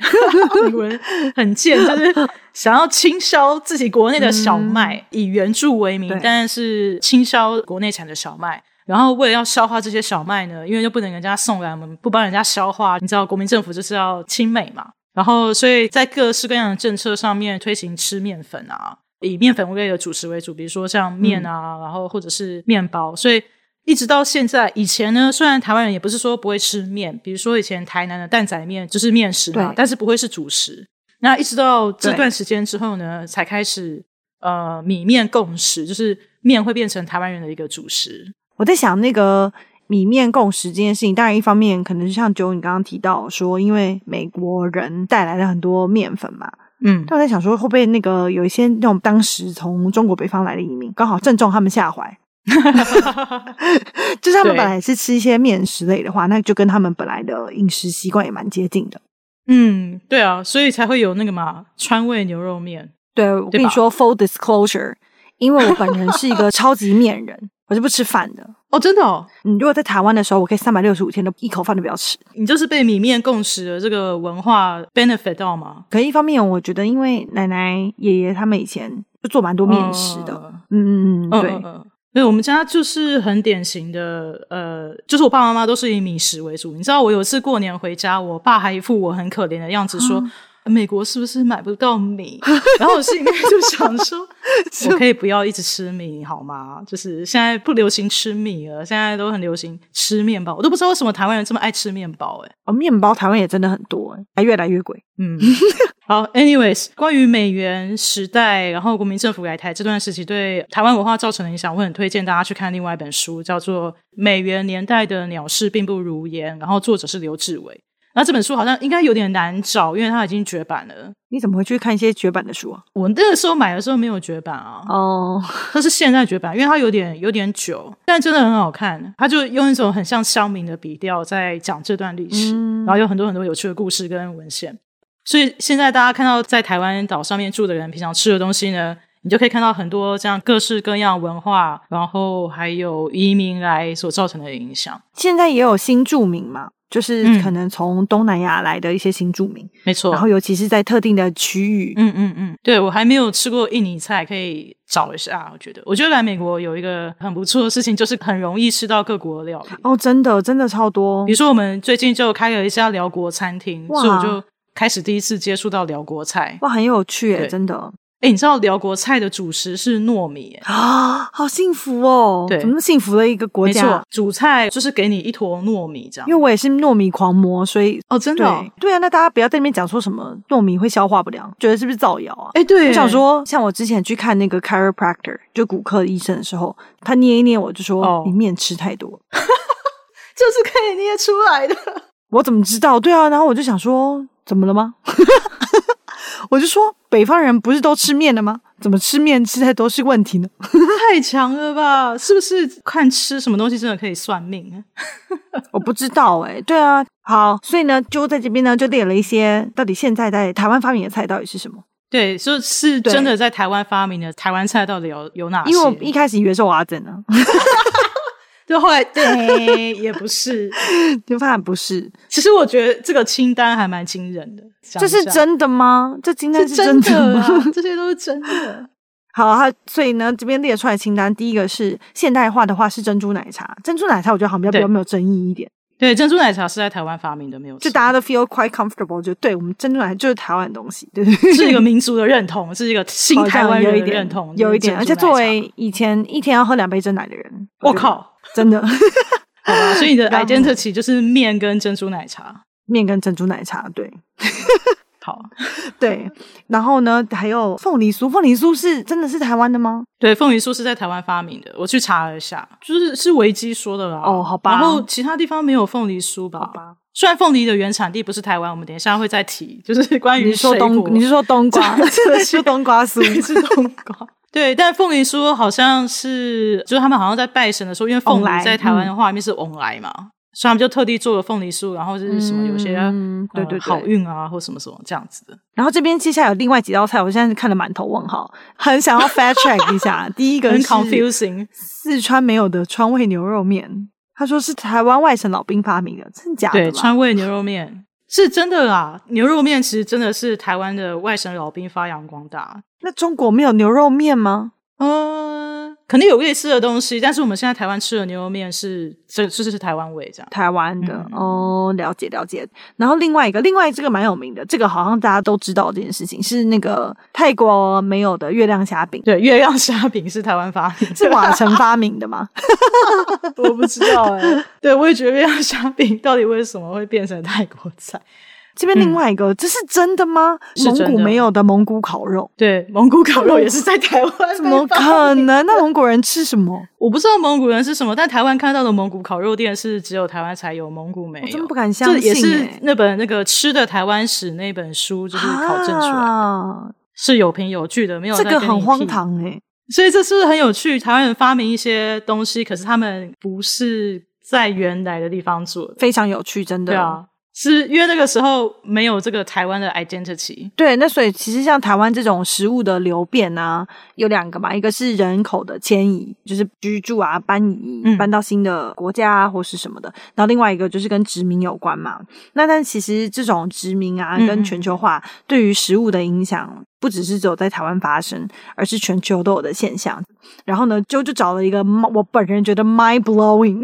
[SPEAKER 1] 美国人很贱，就是想要倾销自己国内的小麦，以援助为名
[SPEAKER 2] 嗯对，
[SPEAKER 1] 但是倾销国内产的小麦。然后为了要消化这些小麦呢，因为又不能人家送来，我们不帮人家消化，你知道国民政府就是要亲美嘛。然后所以在各式各样的政策上面推行吃面粉啊，以面粉类的主食为主，比如说像面啊，然后或者是面包，所以。一直到现在，以前呢，虽然台湾人也不是说不会吃面，比如说以前台南的蛋仔面就是面食嘛
[SPEAKER 2] 对，
[SPEAKER 1] 但是不会是主食。那一直到这
[SPEAKER 2] 对
[SPEAKER 1] 段时间之后呢，才开始呃米面共食，就是面会变成台湾人的一个主食。
[SPEAKER 2] 我在想那个米面共食这件事情，当然一方面可能就像九你刚刚提到说，因为美国人带来了很多面粉嘛，
[SPEAKER 1] 嗯，
[SPEAKER 2] 但我在想说会不会那个有一些那种当时从中国北方来的移民，刚好正中他们下怀。就是他们
[SPEAKER 1] 对
[SPEAKER 2] 本来是吃一些面食类的话，那就跟他们本来的饮食习惯也蛮接近的。
[SPEAKER 1] 嗯，对啊，所以才会有那个嘛川味牛肉面。
[SPEAKER 2] 对，我
[SPEAKER 1] 对
[SPEAKER 2] 跟你
[SPEAKER 1] 吧
[SPEAKER 2] 说，full disclosure，因为我本人是一个 超级面人，我是不吃饭的。
[SPEAKER 1] 哦，真的哦，
[SPEAKER 2] 你如果在台湾的时候，我可以三百六十五天都一口饭都不要吃。
[SPEAKER 1] 你就是被米面共食的这个文化 benefit 到吗？
[SPEAKER 2] 可一方面，我觉得因为奶奶、爷爷他们以前就做蛮多面食的，
[SPEAKER 1] 嗯
[SPEAKER 2] 嗯嗯嗯，
[SPEAKER 1] 嗯
[SPEAKER 2] 对，
[SPEAKER 1] 嗯嗯对，我们家就是很典型的，呃，就是我爸
[SPEAKER 2] 啊
[SPEAKER 1] 爸妈妈都是以米食为主。你知道，我有一次过年回家，我爸还一副我很可怜的样子说：“美国是不是买不到米？ 然后我心里面就想说，我可以不要一直吃米好吗？就是现在不流行吃米了，现在都很流行吃面包。我都不知道为什么台湾人这么爱吃面包、欸，哎，
[SPEAKER 2] 哦，面包台湾也真的很多、欸，还越来越贵。
[SPEAKER 1] 嗯，好，anyways，关于美元时代，然后国民政府来台这段时期对台湾文化造成的影响，我很推荐大家去看另外一本书，叫做《美元年代的鸟事并不如烟》，然后作者是刘志伟。那这本书好像应该有点难找，因为它已经绝版了。
[SPEAKER 2] 你怎么会去看一些绝版的书啊？
[SPEAKER 1] 我那个时候买的时候没有绝版啊，
[SPEAKER 2] 哦，
[SPEAKER 1] 它是现在绝版，因为它有点有点久，但真的很好看。它就用一种很像乡民的笔调在讲这段历史，
[SPEAKER 2] 嗯
[SPEAKER 1] 然后有很多很多有趣的故事跟文献。所以现在大家看到在台湾岛上面住的人平常吃的东西呢，你就可以看到很多这样各式各样文化，然后还有移民来所造成的影响。
[SPEAKER 2] 现在也有新住民嘛，就是
[SPEAKER 1] 嗯
[SPEAKER 2] 可能从东南亚来的一些新住民，
[SPEAKER 1] 没错，
[SPEAKER 2] 然后尤其是在特定的区域，
[SPEAKER 1] 嗯嗯嗯，对我还没有吃过印尼菜，可以找一下。我觉得，我觉得来美国有一个很不错的事情，就是很容易吃到各国的料理。
[SPEAKER 2] 哦，真的真的超多
[SPEAKER 1] 比如说，我们最近就开了一家辽国餐厅，
[SPEAKER 2] 哇
[SPEAKER 1] 所以我就开始第一次接触到辽国菜。
[SPEAKER 2] 哇，很有趣诶，
[SPEAKER 1] 对
[SPEAKER 2] 真的
[SPEAKER 1] 哎，你知道辽国菜的主食是糯米耶？
[SPEAKER 2] 啊，好幸福哦，
[SPEAKER 1] 对
[SPEAKER 2] 怎么那么幸福的一个国
[SPEAKER 1] 没
[SPEAKER 2] 家
[SPEAKER 1] 错？，主菜就是给你一坨糯米这样
[SPEAKER 2] 因为。我也是糯米狂魔，所以
[SPEAKER 1] 哦，真
[SPEAKER 2] 对、对啊，那大家不要在那边讲说什么糯米会消化不良，觉得是不是造谣啊？
[SPEAKER 1] 哎，对，
[SPEAKER 2] 我想说，像我之前去看那个 chiropractor 就骨科医生的时候，他捏一捏我就说、
[SPEAKER 1] 哦
[SPEAKER 2] 你面吃太多，
[SPEAKER 1] 这是可以捏出来的。
[SPEAKER 2] 我怎么知道？对啊，然后我就想说怎么了吗？ 我就说北方人不是都吃面的吗？怎么吃面吃太多是问题呢？
[SPEAKER 1] 太强了吧？是不是看吃什么东西真的可以算命？啊
[SPEAKER 2] 我不知道哎、对啊，好，所以呢，就在这边呢，就列了一些到底现在在台湾发明的菜到底是什么？
[SPEAKER 1] 对，就是
[SPEAKER 2] 对
[SPEAKER 1] 真的在台湾发明的台湾菜到底有有哪些？
[SPEAKER 2] 因为我一开始以为是啊阿珍呢，
[SPEAKER 1] 就后来对也不是，
[SPEAKER 2] 就发现不是，
[SPEAKER 1] 其实我觉得这个清单还蛮惊人的，想
[SPEAKER 2] 这
[SPEAKER 1] 一
[SPEAKER 2] 是
[SPEAKER 1] 下
[SPEAKER 2] 真的吗？这清单
[SPEAKER 1] 是
[SPEAKER 2] 是
[SPEAKER 1] 真
[SPEAKER 2] 真的
[SPEAKER 1] 的
[SPEAKER 2] 吗？
[SPEAKER 1] 啊，这些都是真的。
[SPEAKER 2] 好，它所以呢，这边列出来的清单，第一个是现代化的话是珍珠奶茶，珍珠奶茶我觉得好像比较比
[SPEAKER 1] 对
[SPEAKER 2] 较没有争议一点，
[SPEAKER 1] 对，珍珠奶茶是在台湾发明的，没有错
[SPEAKER 2] 就大家都 feel quite comfortable，就对我们珍珠奶茶就是台湾的东西， 对不对？
[SPEAKER 1] 是一个民族的认同，是一个新
[SPEAKER 2] 好像
[SPEAKER 1] 台湾
[SPEAKER 2] 有
[SPEAKER 1] 人
[SPEAKER 2] 一
[SPEAKER 1] 的
[SPEAKER 2] 点
[SPEAKER 1] 认同，
[SPEAKER 2] 有一点，
[SPEAKER 1] 就是
[SPEAKER 2] 而且
[SPEAKER 1] 珍珠奶
[SPEAKER 2] 作
[SPEAKER 1] 茶
[SPEAKER 2] 为以前一天要喝两杯真奶的人，
[SPEAKER 1] 我
[SPEAKER 2] 觉得，
[SPEAKER 1] 靠，
[SPEAKER 2] 真的
[SPEAKER 1] 好吧，所以你的
[SPEAKER 2] 然后
[SPEAKER 1] identity 就是面跟珍珠奶茶。
[SPEAKER 2] 面跟珍珠奶茶，对，
[SPEAKER 1] 好，
[SPEAKER 2] 对，然后呢，还有凤梨酥，凤梨酥是真的是台湾的吗？
[SPEAKER 1] 对，凤梨酥是在台湾发明的，我去查了一下，就是是维基说的啦。
[SPEAKER 2] 哦好吧
[SPEAKER 1] 然后其他地方没有凤梨酥吧？
[SPEAKER 2] 吧
[SPEAKER 1] 虽然凤梨的原产地不是台湾，我们等一下会再提，就是 关
[SPEAKER 2] 你
[SPEAKER 1] 于
[SPEAKER 2] 是说
[SPEAKER 1] 水果
[SPEAKER 2] 冬，你是说冬 瓜，
[SPEAKER 1] 这
[SPEAKER 2] 是冬 瓜酥，
[SPEAKER 1] 是冬瓜。对，但凤梨酥好像是，就是他们好像在拜神的时候，因为凤
[SPEAKER 2] 翁来嗯
[SPEAKER 1] 梨在台湾的话面是翁来嘛，所以他们就特地做了凤梨酥，然后就是什么有些、
[SPEAKER 2] 嗯对
[SPEAKER 1] 呃
[SPEAKER 2] 对对
[SPEAKER 1] 好运啊或什么什么这样子的。
[SPEAKER 2] 然后这边接下来有另外几道菜，我现在看了满头问号，很想要 fact check 一下。 第一个
[SPEAKER 1] 很
[SPEAKER 2] 是
[SPEAKER 1] confusing
[SPEAKER 2] 四川没有的川味牛肉面，他说是台湾外省老兵发明的，真的假的
[SPEAKER 1] 对，
[SPEAKER 2] 啦？
[SPEAKER 1] 川味牛肉面是真的啦，牛肉面其实真的是台湾的外省老兵发扬光大。
[SPEAKER 2] 那中国没有牛肉面吗？
[SPEAKER 1] 嗯，肯定有类似的东西，但是我们现在台湾吃的牛肉面是这这是台湾味这样。
[SPEAKER 2] 台湾的、
[SPEAKER 1] 嗯
[SPEAKER 2] 哦，了解了解。然后另外一个，另外这个蛮有名的，这个好像大家都知道这件事情，是那个泰国没有的月亮虾饼，
[SPEAKER 1] 对，月亮虾饼是台湾发明的，
[SPEAKER 2] 是瓦城发明的吗？
[SPEAKER 1] 我不知道哎、对，我也觉得月亮虾饼到底为什么会变成泰国菜？
[SPEAKER 2] 这边另外一个，这是真的吗？
[SPEAKER 1] 嗯是
[SPEAKER 2] 蒙
[SPEAKER 1] 真
[SPEAKER 2] 古
[SPEAKER 1] 的
[SPEAKER 2] 没有的蒙古烤肉，
[SPEAKER 1] 对，蒙古烤肉也是在台湾被
[SPEAKER 2] 怎么
[SPEAKER 1] 发
[SPEAKER 2] 可
[SPEAKER 1] 明？
[SPEAKER 2] 能？那蒙古人吃什么？
[SPEAKER 1] 我不知道蒙古人是什么，但台湾看到的蒙古烤肉店是只有台湾才有，蒙古没
[SPEAKER 2] 我真
[SPEAKER 1] 有
[SPEAKER 2] 不。敢相
[SPEAKER 1] 这
[SPEAKER 2] 信、欸，
[SPEAKER 1] 也是那本那个《吃的台湾史》那本书，就是考证出来、
[SPEAKER 2] 啊、
[SPEAKER 1] 是有凭有据的，没有
[SPEAKER 2] 这
[SPEAKER 1] 在
[SPEAKER 2] 个
[SPEAKER 1] 跟你
[SPEAKER 2] 很荒
[SPEAKER 1] 屁
[SPEAKER 2] 唐哎、
[SPEAKER 1] 所以这是不是很有趣？台湾人发明一些东西，可是他们不是在原来的地方做的，
[SPEAKER 2] 非常有趣，真的。
[SPEAKER 1] 对啊，是因为那个时候没有这个台湾的 identity。
[SPEAKER 2] 对，那所以其实像台湾这种食物的流变啊，有两个嘛，一个是人口的迁移，就是居住啊、搬移、
[SPEAKER 1] 嗯
[SPEAKER 2] 搬到新的国家啊或是什么的，然后另外一个就是跟殖民有关嘛。那但其实这种殖民啊
[SPEAKER 1] 嗯
[SPEAKER 2] 跟
[SPEAKER 1] 嗯
[SPEAKER 2] 全球化对于食物的影响，不只是只有在台湾发生，而是全球都有的现象。然后呢， 就就找了一个 mi- 我本人觉得 mind blowing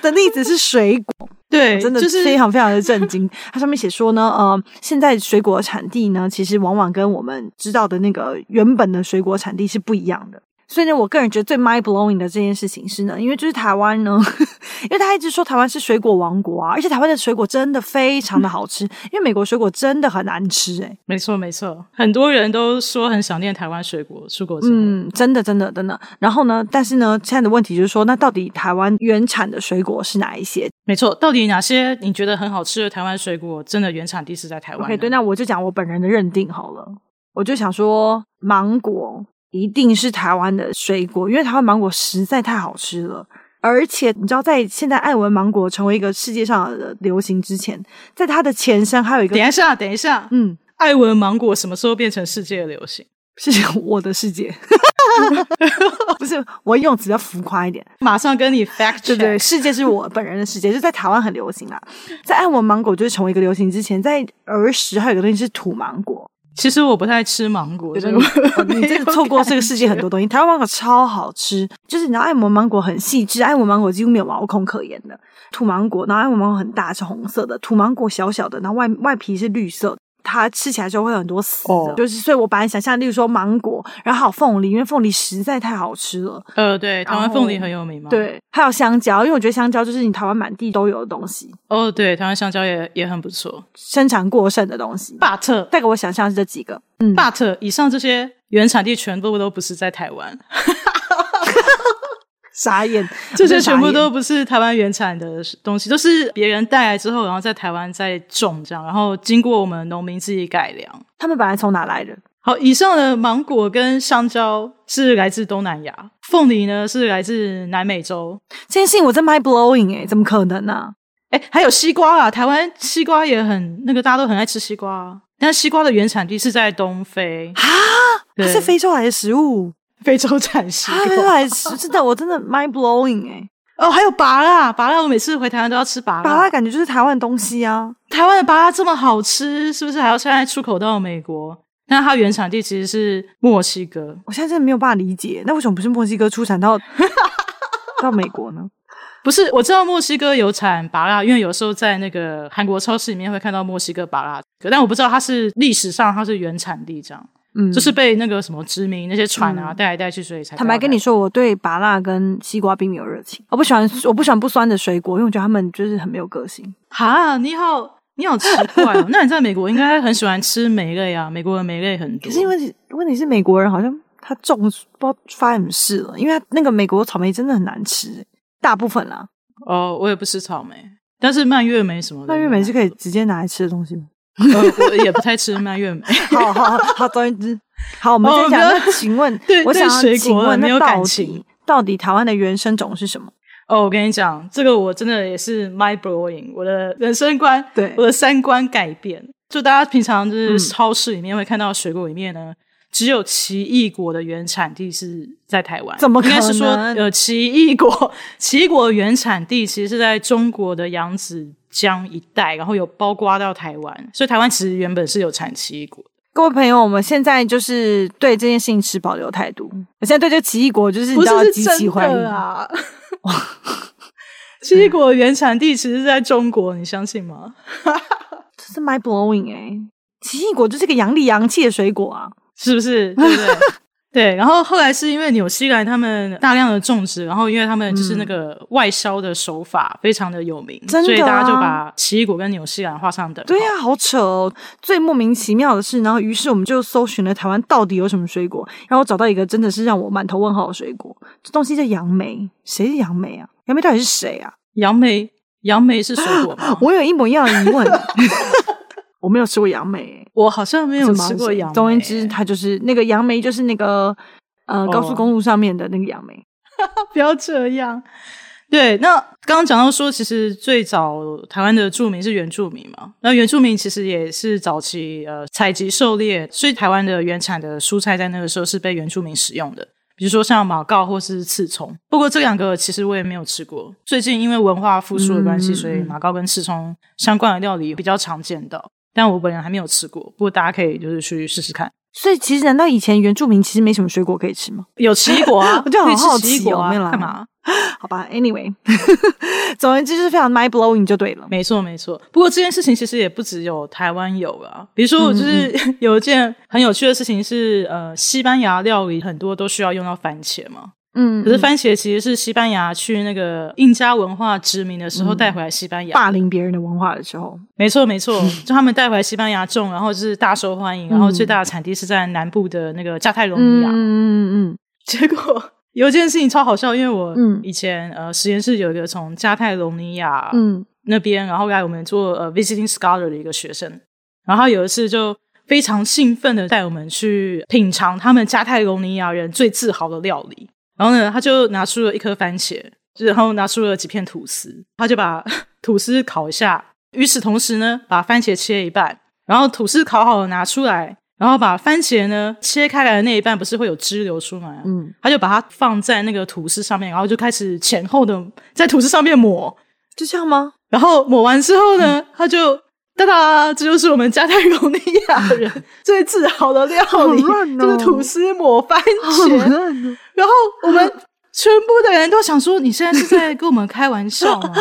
[SPEAKER 2] 的例子是水果。
[SPEAKER 1] 对，
[SPEAKER 2] 真的
[SPEAKER 1] 就是
[SPEAKER 2] 非常非常的震惊。它上面写说呢，呃，现在水果产地呢，其实往往跟我们知道的那个原本的水果产地是不一样的。所以呢，我个人觉得最 mind blowing 的这件事情是呢，因为就是台湾呢， 因为他一直说台湾是水果王国啊，而且台湾的水果真的非常的好吃，因为美国水果真的很难吃欸诶、
[SPEAKER 1] 没错没错，很多人都说很想念台湾水果出国之后，
[SPEAKER 2] 嗯，真的，真的，真的。然后呢？但是呢，现在的问题就是说，那到底台湾原产的水果是哪一些
[SPEAKER 1] 没错，到底哪些你觉得很好吃的台湾水果，真的原产地是在台湾呢
[SPEAKER 2] ？OK，对，那我就讲我本人的认定好了。我就想说，芒果一定是台湾的水果，因为台湾芒果实在太好吃了。而且你知道，在现在爱文芒果成为一个世界上的流行之前，在它的前身还有一个，
[SPEAKER 1] 等一下，等一下，
[SPEAKER 2] 嗯，
[SPEAKER 1] 艾文芒果什么时候变成世界流行？
[SPEAKER 2] 是 我的世界，不是我用词要浮夸一点。
[SPEAKER 1] 马上跟你 fact
[SPEAKER 2] 对
[SPEAKER 1] check，
[SPEAKER 2] 对，世界是我本人的世界，就在台湾很流行啦。在按我芒果就是成为一个流行之前，在儿时还有一个东西是土芒果，
[SPEAKER 1] 其实我不太吃芒果，所以
[SPEAKER 2] 你
[SPEAKER 1] 我
[SPEAKER 2] 哦你真的错过这个世界很多东西。台湾芒果超好吃，就是你知道爱摩芒果很细致，爱摩芒果几乎没有毛孔可言的。土芒果，然后爱摩芒果很大，是红色的；土芒果小小的，然后外外皮是绿色的。它吃起来就会有很多丝的
[SPEAKER 1] 哦
[SPEAKER 2] 就是所以，我本来想象，例如说芒果，然后还有凤梨，因为凤梨实在太好吃了。
[SPEAKER 1] 呃，对，台湾
[SPEAKER 2] 然后
[SPEAKER 1] 凤梨很有名嘛。，
[SPEAKER 2] 哦对，还有香蕉，因为我觉得香蕉就是你台湾满地都有的东西。
[SPEAKER 1] 哦，对，台湾香蕉也也很不错。
[SPEAKER 2] 生产过剩的东西。
[SPEAKER 1] But
[SPEAKER 2] 带给我想象是这几个，嗯，
[SPEAKER 1] but 以上这些原产地全部都不是在台湾，
[SPEAKER 2] 傻眼，
[SPEAKER 1] 这
[SPEAKER 2] 我真
[SPEAKER 1] 些
[SPEAKER 2] 的傻
[SPEAKER 1] 全部
[SPEAKER 2] 眼
[SPEAKER 1] 都不是台湾原产的东西，都是别人带来之后，然后在台湾再种这样，然后经过我们农民自己改良。
[SPEAKER 2] 他们本来从哪来的？
[SPEAKER 1] 好，以上的芒果跟香蕉是来自东南亚，凤梨呢是来自南美洲，
[SPEAKER 2] 这件事情我真 mind blowing 哎、怎么可能呢、
[SPEAKER 1] 哎，还有西瓜啊，台湾西瓜也很那个，大家都很爱吃西瓜啊，但西瓜的原产地是在东非，
[SPEAKER 2] 啊，它
[SPEAKER 1] 对
[SPEAKER 2] 是非洲来的食物，
[SPEAKER 1] 非洲产西
[SPEAKER 2] 它非洲来的食，真的，我真的 mind blowing 哎、
[SPEAKER 1] 哦，还有拔啦，拔啦，我每次回台湾都要吃拔
[SPEAKER 2] 巴拉
[SPEAKER 1] 啦。
[SPEAKER 2] 感觉就是台湾东西啊，
[SPEAKER 1] 台湾的拔啦这么好吃，是不是还要现在出口到美国？但它原产地其实是墨西哥，
[SPEAKER 2] 我现在真的没有办法理解，那为什么不是墨西哥出产 到到美国呢？
[SPEAKER 1] 不是？我知道墨西哥有产拔啦，因为有时候在那个韩国超市里面会看到墨西哥拔啦，但我不知道它是历史上它是原产地这样，
[SPEAKER 2] 嗯，
[SPEAKER 1] 就是被那个什么殖民那些船啊、带来带去，所以才
[SPEAKER 2] 坦白
[SPEAKER 1] 带
[SPEAKER 2] 跟
[SPEAKER 1] 来
[SPEAKER 2] 你说，我对拔辣跟西瓜并没有热情，我不喜欢，我不喜欢不酸的水果，因为我觉得他们就是很没有个性。
[SPEAKER 1] 哈，你好，你好奇怪 哦。那你在美国应该很喜欢吃莓类啊，美国的莓类很多。
[SPEAKER 2] 可是因为问题是美国人好像他种不知道发生什么事了，因为他那个美国草莓真的很难吃，欸大部分啦。
[SPEAKER 1] 哦，我也不吃草莓，但是蔓越莓什么的，
[SPEAKER 2] 蔓越莓是可以直接拿来吃的东西吗？
[SPEAKER 1] 呃，我也不太吃蔓越莓。
[SPEAKER 2] 好好好好，总而言之，好，我们
[SPEAKER 1] 哦
[SPEAKER 2] 再讲。
[SPEAKER 1] 不要，
[SPEAKER 2] 那请问
[SPEAKER 1] 对
[SPEAKER 2] 我
[SPEAKER 1] 对
[SPEAKER 2] 想要
[SPEAKER 1] 水
[SPEAKER 2] 请
[SPEAKER 1] 果
[SPEAKER 2] 问，
[SPEAKER 1] 没
[SPEAKER 2] 那
[SPEAKER 1] 有感
[SPEAKER 2] 到底
[SPEAKER 1] 情
[SPEAKER 2] 到底台湾的原生种是什么？
[SPEAKER 1] 哦，我跟你讲，这个我真的也是 my blowing，我的人生观，
[SPEAKER 2] 对
[SPEAKER 1] 我的三观改变。就大家平常就
[SPEAKER 2] 嗯
[SPEAKER 1] 是超市里面会看到水果里面呢，只有奇异果的原产地是在台湾，
[SPEAKER 2] 怎么
[SPEAKER 1] 应该是
[SPEAKER 2] 可
[SPEAKER 1] 说
[SPEAKER 2] 能
[SPEAKER 1] 呃奇异果， 奇异果的原产地其实是在中国的扬子江一带，然后有包括到台湾，所以台湾其实原本是有产奇异果的。
[SPEAKER 2] 各位朋友，我们现在就是对这件事情持保留态度。我现在对这个奇异果就是你
[SPEAKER 1] 不
[SPEAKER 2] 知
[SPEAKER 1] 是
[SPEAKER 2] 道
[SPEAKER 1] 是
[SPEAKER 2] 极其
[SPEAKER 1] 真
[SPEAKER 2] 怀疑
[SPEAKER 1] 的。 啊！奇异果的原产地其实是在中国，你相信吗？
[SPEAKER 2] 这是 mind blowing 哎、奇异果就是个洋里洋气的水果啊！
[SPEAKER 1] 是不是？对不 对？对，然后后来是因为纽西兰他们大量的种植，然后因为他们就是那个外销的手法非常的有名，
[SPEAKER 2] 嗯真的啊
[SPEAKER 1] 所以大家就把奇异果跟纽西兰画上等号。
[SPEAKER 2] 对呀、好扯哦！最莫名其妙的是，然后于是我们就搜寻了台湾到底有什么水果，然后我找到一个真的是让我满头问号的水果，这东西叫杨梅，谁是杨梅啊？杨梅到底是谁啊？
[SPEAKER 1] 杨梅，杨梅是水果吗？我
[SPEAKER 2] 我有一模一样的 疑问，我没有吃过杨梅、欸，
[SPEAKER 1] 好像没
[SPEAKER 2] 没
[SPEAKER 1] 有吃过杨梅。
[SPEAKER 2] 总而言之，它就是那个杨梅，就是那个呃
[SPEAKER 1] 哦
[SPEAKER 2] 高速公路上面的那个杨梅。
[SPEAKER 1] 不要这样。对，那刚刚讲到说，其实最早台湾的住民是原住民嘛，那原住民其实也是早期呃采集狩猎，所以台湾的原产的蔬菜在那个时候是被原住民使用的，比如说像马告或是刺葱。不过这两个其实我也没有吃过，最近因为文化复苏的关系，
[SPEAKER 2] 嗯
[SPEAKER 1] 所以马告跟刺葱相关的料理比较常见到，但我本人还没有吃过，不过大家可以就是去试试看。
[SPEAKER 2] 所以其实难道以前原住民其实没什么水果可以吃吗？
[SPEAKER 1] 有奇异果啊，
[SPEAKER 2] 我就好
[SPEAKER 1] 可以吃
[SPEAKER 2] 好
[SPEAKER 1] 奇异
[SPEAKER 2] 奇
[SPEAKER 1] 果
[SPEAKER 2] 哦
[SPEAKER 1] 啊，
[SPEAKER 2] 没来
[SPEAKER 1] 干嘛？
[SPEAKER 2] 好吧，Anyway，总而言之就是非常 mind blowing 就对了。
[SPEAKER 1] 没错，没错。不过这件事情其实也不只有台湾有啊，比如说
[SPEAKER 2] 嗯
[SPEAKER 1] 我就是 有一件很有趣的事情是，呃，西班牙料理很多都需要用到番茄嘛。
[SPEAKER 2] 嗯，
[SPEAKER 1] 可是番茄其实是西班牙去那个印加文化殖民的时
[SPEAKER 2] 嗯
[SPEAKER 1] 候带回来西班牙，
[SPEAKER 2] 霸凌别人的文化的时候，
[SPEAKER 1] 没错没 错，就他们带回来西班牙种，然后就是大受欢迎，然后最大的产地是在南部的那个加泰隆尼亚。
[SPEAKER 2] 嗯嗯
[SPEAKER 1] 结果有一件事情超好笑，因为我
[SPEAKER 2] 嗯
[SPEAKER 1] 以前、呃实验室有一个从加泰隆尼亚
[SPEAKER 2] 嗯
[SPEAKER 1] 那边，然后来我们做呃 visiting scholar 的一个学生，然后他有一次就非常兴奋的带我们去品尝他们加泰隆尼亚人最自豪的料理。然后呢，他就拿出了一颗番茄，然后拿出了几片吐司，他就把 吐司烤一下。与此同时呢，把番茄切一半，然后吐司烤好了拿出来，然后把番茄呢切开来的那一半不是会有汁流出来、啊？
[SPEAKER 2] 嗯
[SPEAKER 1] 他就把它放在那个吐司上面，然后就开始前后的在吐司上面抹，
[SPEAKER 2] 就这 样吗？
[SPEAKER 1] 然后抹完之后呢，他就哒哒，这就是我们加泰罗尼亚 人最自豪的料理，
[SPEAKER 2] 好烂哦
[SPEAKER 1] 就是吐司抹番茄。
[SPEAKER 2] 烂 哦
[SPEAKER 1] 然后我们全部的人都想说，你现在是在跟我们开玩笑 吗？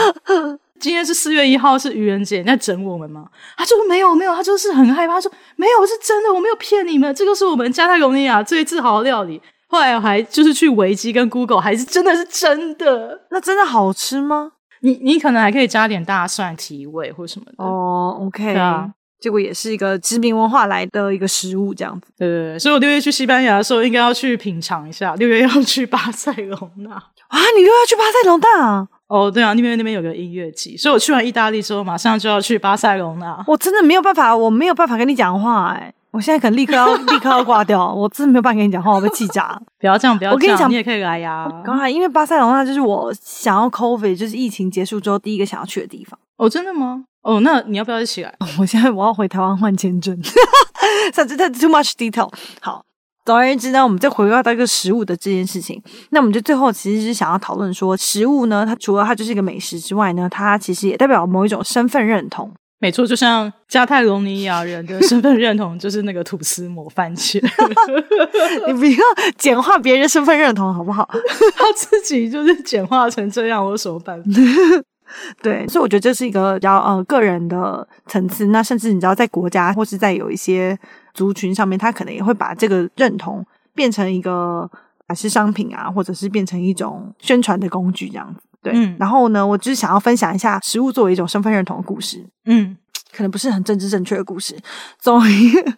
[SPEAKER 1] 今天是四月一号，是愚人节，你在整我们吗？他说没有没有，他就是很害怕，他说没有是真的，我没有骗你们，这就是我们加泰罗尼亚最自豪的料理。后来我还就是去维基跟 Google，还是真的是真的。
[SPEAKER 2] 那真的好吃吗？
[SPEAKER 1] 你你可能还可以加点大蒜提味或什么的。
[SPEAKER 2] 哦，OK，
[SPEAKER 1] 嗯对啊
[SPEAKER 2] 结果也是一个殖民文化来的一个食物，这样子
[SPEAKER 1] 对对对，所以我六月去西班牙的时候，应该要去品尝一下。六月要去巴塞隆纳。
[SPEAKER 2] 啊！你又要去巴塞隆纳啊？
[SPEAKER 1] 哦，对啊，那边那边有个音乐季，所以我去完意大利之后，马上就要去巴塞隆纳。
[SPEAKER 2] 我真的没有办法，我没有办法跟你讲话哎、我现在可能立刻要立刻要挂掉，我真的没有办法跟你讲话，我被气炸。
[SPEAKER 1] 不要这样，不要
[SPEAKER 2] 我
[SPEAKER 1] 这
[SPEAKER 2] 跟你
[SPEAKER 1] 样，
[SPEAKER 2] 讲哦
[SPEAKER 1] 你也可以来呀、
[SPEAKER 2] 刚才因为巴塞隆纳就是我想要 COVID，就是疫情结束之后第一个想要去的地方。
[SPEAKER 1] 哦，真的吗？哦，那你要不要一起来？
[SPEAKER 2] 我现在我要回台湾换签证， 这这 too much detail。好，总而言之呢，我们再回到到一个食物的这件事情，那我们就最后其实是想要讨论说，食物呢，它除了它就是一个美食之外呢，它其实也代表某一种身份认同。
[SPEAKER 1] 没错，就像加泰隆尼亚人的身份认同就是那个吐司抹番茄，
[SPEAKER 2] 你不要简化别人的身份认同好不好？
[SPEAKER 1] 他自己就是简化成这样，我有什么办法？
[SPEAKER 2] 对，所以我觉得这是一个比较呃个人的层次。那甚至你知道，在国家或是在有一些族群上面，他可能也会把这个认同变成一个，还是商品啊，或者是变成一种宣传的工具这样子。对，
[SPEAKER 1] 嗯
[SPEAKER 2] 然后呢，我只是想要分享一下食物作为一种身份认同的故事。
[SPEAKER 1] 嗯，
[SPEAKER 2] 可能不是很政治正确的故事，总而言 之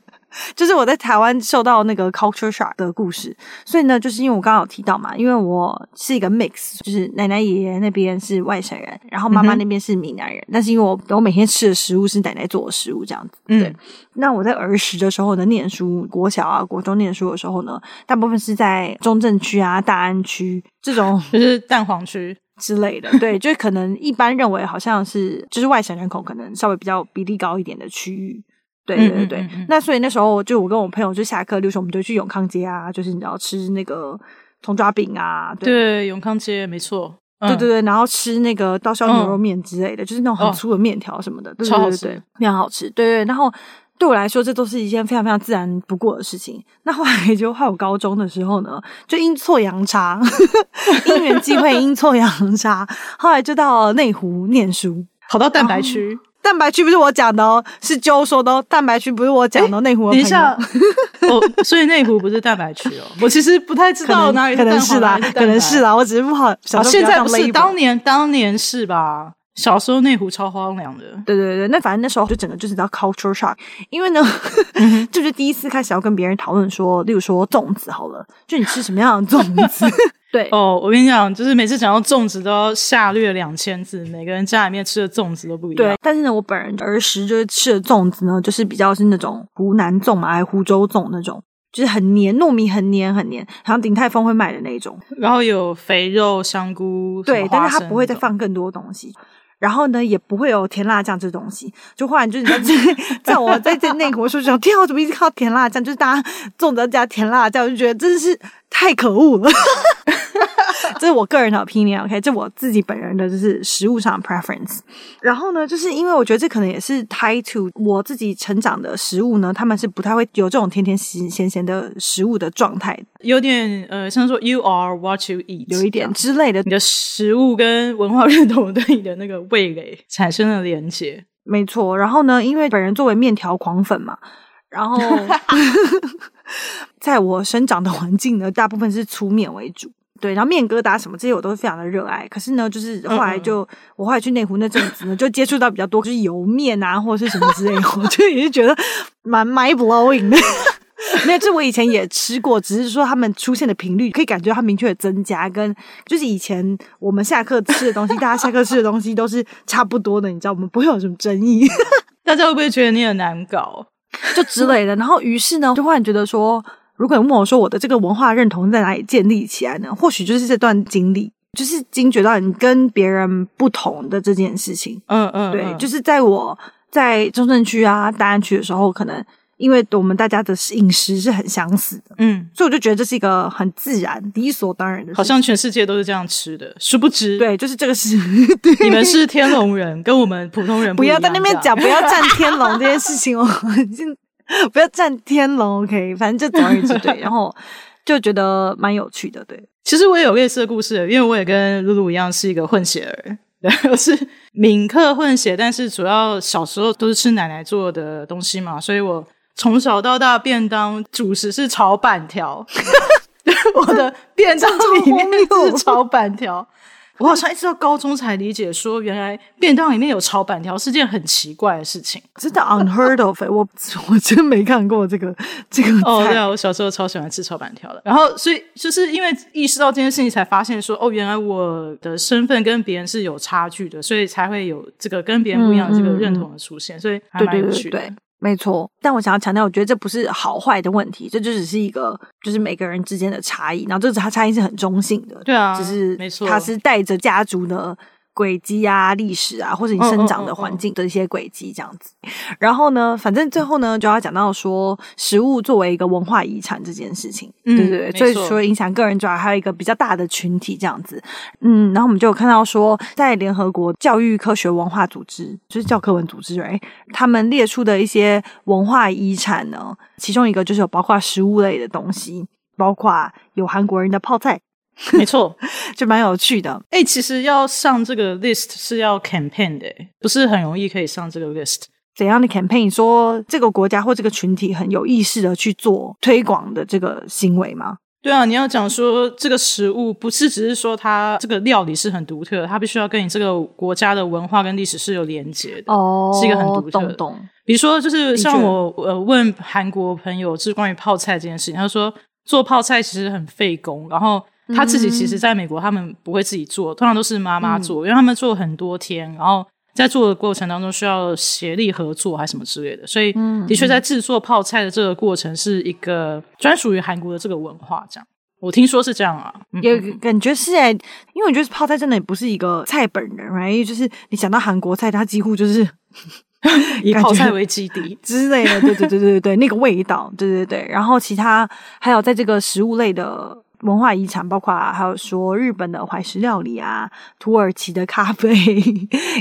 [SPEAKER 2] 就是我在台湾受到那个 culture shock 的故事。所以呢，就是因为我刚刚有提到嘛，因为我是一个 mix，就是奶奶爷爷那边是外省人，然后妈妈
[SPEAKER 1] 嗯哼
[SPEAKER 2] 那边是闽南人，但是因为我我每天吃的食物是奶奶做的食物这样子。
[SPEAKER 1] 嗯
[SPEAKER 2] 对，那我在儿时的时候呢，念书国小啊、国中念书的时候呢，大部分是在中正区啊、大安区这种
[SPEAKER 1] 就是蛋黄区。
[SPEAKER 2] 之类的，对，就是可能一般认为好像是就是外省人口可能稍微比较比例高一点的区域，对对对对。
[SPEAKER 1] 嗯嗯嗯嗯
[SPEAKER 2] 那所以那时候就我跟我朋友就下课，例如说我们就去永康街啊，就是你知道吃那个铜抓饼啊，对。
[SPEAKER 1] 对，永康街没错。
[SPEAKER 2] 对
[SPEAKER 1] 嗯
[SPEAKER 2] 对对，然后吃那个刀削牛肉
[SPEAKER 1] 嗯
[SPEAKER 2] 面之类的，就是那种很
[SPEAKER 1] 哦
[SPEAKER 2] 粗的面条什么的，对对
[SPEAKER 1] 超好
[SPEAKER 2] 对
[SPEAKER 1] 吃
[SPEAKER 2] 对，非常好吃。对对，然后对我来说，这都是一件非常非常自然不过的事情。那后来就害我高中的时候呢，就阴错阳 差，因缘际会，阴错阳差，后来就到了内湖念书。
[SPEAKER 1] 跑到蛋
[SPEAKER 2] 哦
[SPEAKER 1] 白区。
[SPEAKER 2] 蛋白区不是我讲的哦，是揪说的哦。蛋白区不是我讲的哦，内湖的
[SPEAKER 1] 等一
[SPEAKER 2] 朋
[SPEAKER 1] 下
[SPEAKER 2] 友，
[SPEAKER 1] 哦，所以内湖不是蛋白区哦。我其实不太知
[SPEAKER 2] 可
[SPEAKER 1] 道
[SPEAKER 2] 能
[SPEAKER 1] 哪里
[SPEAKER 2] 可能是
[SPEAKER 1] 蛋
[SPEAKER 2] 啦
[SPEAKER 1] 黄哪里，蛋
[SPEAKER 2] 可能
[SPEAKER 1] 白
[SPEAKER 2] 是啦，我只是不好。
[SPEAKER 1] 哦，
[SPEAKER 2] 想说
[SPEAKER 1] 现在
[SPEAKER 2] 要
[SPEAKER 1] 不
[SPEAKER 2] 当
[SPEAKER 1] 是
[SPEAKER 2] label
[SPEAKER 1] 当年，当年是吧？小时候内湖超荒凉的，
[SPEAKER 2] 对对对，那反正那时候就整个就是叫 culture shock，因为呢， 就是第一次开始要跟别人讨论说，例如说粽子好了，就你吃什么样的粽子？ 对，
[SPEAKER 1] 哦，我跟你讲，就是每次讲到粽子都要下略两千字，每个人家里面吃的粽子都不一
[SPEAKER 2] 对
[SPEAKER 1] 样。，
[SPEAKER 2] 但是呢，我本人儿时就是吃的粽子呢，就是比较是那种湖南粽嘛，还是湖州粽那种，就是很黏，糯米很黏很黏，好像鼎泰丰会卖的那种。
[SPEAKER 1] 然后有肥肉、香菇，什
[SPEAKER 2] 对
[SPEAKER 1] 么，花
[SPEAKER 2] 但是它
[SPEAKER 1] 生
[SPEAKER 2] 不会再
[SPEAKER 1] 那种。
[SPEAKER 2] 放更多东西。然后呢，也不会有甜辣酱这东西。就忽然就是在 在我在在内湖的时候，想天啊，我怎么一直看到甜辣酱？就是大家粽子要加甜辣酱，我就觉得真的是太可恶了。 这是我个人的 opinion，OK，、这我自己本人的就是食物上的 preference。然后呢，就是因为我觉得这可能也是 tie to 我自己成长的食物呢，他们是不太会有这种甜甜咸咸咸的食物的状态，
[SPEAKER 1] 有点呃，像说 you are what you eat，
[SPEAKER 2] 有一点之类的
[SPEAKER 1] 你的食物跟文化认同对你的那个味蕾产生了连接。
[SPEAKER 2] 没错，然后呢，因为本人作为面条狂粉嘛，然后 在我生长的环境呢，大部分是粗面为主。对，然后面疙瘩什么这些我都非常的热爱。可是呢，就是后来就我后来去内湖那阵子呢，就接触到比较多就是油面啊，或者是什么之类的，我就也是觉得蛮 mind blowing 的。没有，这我以前也吃过，只是说他们出现的频率可以感觉到它明确的增加，跟就是以前我们下课吃的东西，大家下课吃的东西都是差不多的，你知道，我们不会有什么争议。
[SPEAKER 1] 大家会不会觉得你很难搞？
[SPEAKER 2] 就之类的。然后于是呢，就忽然觉得说，如果你问我说我的这个文化认同在哪里建立起来呢？或许就是这段经历，就是惊觉到你跟别人不同的这件事情。
[SPEAKER 1] 嗯嗯，
[SPEAKER 2] 对，
[SPEAKER 1] 嗯
[SPEAKER 2] 就是在我在中正区啊、大安区的时候，可能因为我们大家的饮食是很相似的，
[SPEAKER 1] 嗯，
[SPEAKER 2] 所以我就觉得这是一个很自然、理所当然的事情。
[SPEAKER 1] 好像全世界都是这样吃的，殊不知
[SPEAKER 2] 对，就是这个 是
[SPEAKER 1] 你们是天龙人，跟我们普通人
[SPEAKER 2] 不
[SPEAKER 1] 一
[SPEAKER 2] 要
[SPEAKER 1] 样
[SPEAKER 2] 在那边
[SPEAKER 1] 这样
[SPEAKER 2] 讲，不要站天龙这件事情哦，已经不要站天龙，OK，反正就总而言之 对，然后就觉得蛮有趣的，对，
[SPEAKER 1] 其实我也有类似的故事，因为我也跟露露一样是一个混血儿， 对，我是闽客混血，但是主要小时候都是吃奶奶做的东西嘛，所以我从小到大便当主食是炒板条， 我的便当里面是炒板条。我好像一直到高中才理解，说原来便当里面有炒板条是件很奇怪的事情。
[SPEAKER 2] 真的 unheard of，我欸 我真没看过这个 这个
[SPEAKER 1] 哦，对
[SPEAKER 2] 菜，
[SPEAKER 1] 啊，我小时候超喜欢吃炒板条的。然后，所以就是因为意识到这件事情，才发现说，哦，原来我的身份跟别人是有差距的，所以才会有这个跟别人不一样的这个认同的出现，所以还
[SPEAKER 2] 对
[SPEAKER 1] 蛮
[SPEAKER 2] 对
[SPEAKER 1] 有
[SPEAKER 2] 对
[SPEAKER 1] 趣
[SPEAKER 2] 对
[SPEAKER 1] 的。
[SPEAKER 2] 对，没错。但我想要强调，我觉得这不是好坏的问题，这就只是一个就是每个人之间的差异，然后这个差差异是很中性的，
[SPEAKER 1] 对啊
[SPEAKER 2] 只是
[SPEAKER 1] 没错
[SPEAKER 2] 它是带着家族的轨迹啊、历史啊，或者你
[SPEAKER 1] 嗯
[SPEAKER 2] 生长的环境的一些轨迹这样子。然后呢，反正最后呢，就要讲到说食物作为一个文化遗产这件事情，
[SPEAKER 1] 嗯
[SPEAKER 2] 对对
[SPEAKER 1] 没
[SPEAKER 2] 对，所以
[SPEAKER 1] 错
[SPEAKER 2] 除了影响个人之外，还有一个比较大的群体这样子。嗯，然后我们就有看到说，在联合国教育科学文化组织，就是教科文组织，哎，他们列出的一些文化遗产呢，其中一个就是有包括食物类的东西，包括有韩国人的泡菜，
[SPEAKER 1] 没错，
[SPEAKER 2] 就蛮有趣的。
[SPEAKER 1] 哎、其实要上这个 list 是要 campaign 的、欸，不是很容易可以上这个 list。
[SPEAKER 2] 怎样的 campaign 说这个国家或这个群体很有意识的去做推广的这个行为吗？
[SPEAKER 1] 对啊，你要讲说这个食物不是只是说它这个料理是很独特的，它必须要跟你这个国家的文化跟历史是有连接的。
[SPEAKER 2] 哦
[SPEAKER 1] 是一个很独特的
[SPEAKER 2] 懂懂，
[SPEAKER 1] 比如说，就是像
[SPEAKER 2] 的确
[SPEAKER 1] 我呃问韩国朋友，就是关于泡菜这件事情，他说做泡菜其实很费工，然后他自己其
[SPEAKER 2] 嗯
[SPEAKER 1] 实在美国他们不会自己做，通常都是妈妈做，因为他们做很多天，然后在做的过程当中需要协力合作还是什么之类的，所以
[SPEAKER 2] 嗯
[SPEAKER 1] 的确在制作泡菜的这个过程是一个专属于韩国的这个文化，这样我听说是这样啊，嗯
[SPEAKER 2] 有感觉是哎、因为我觉得泡菜真的也不是一个菜本人，right？因为就是你想到韩国菜，它几乎就是
[SPEAKER 1] 以
[SPEAKER 2] 感觉
[SPEAKER 1] 泡菜为基底，
[SPEAKER 2] 之类的，对对对对对对，那个味道，对对对。然后其他还有在这个食物类的文化遗产，包括还有说日本的怀石料理啊，土耳其的咖啡，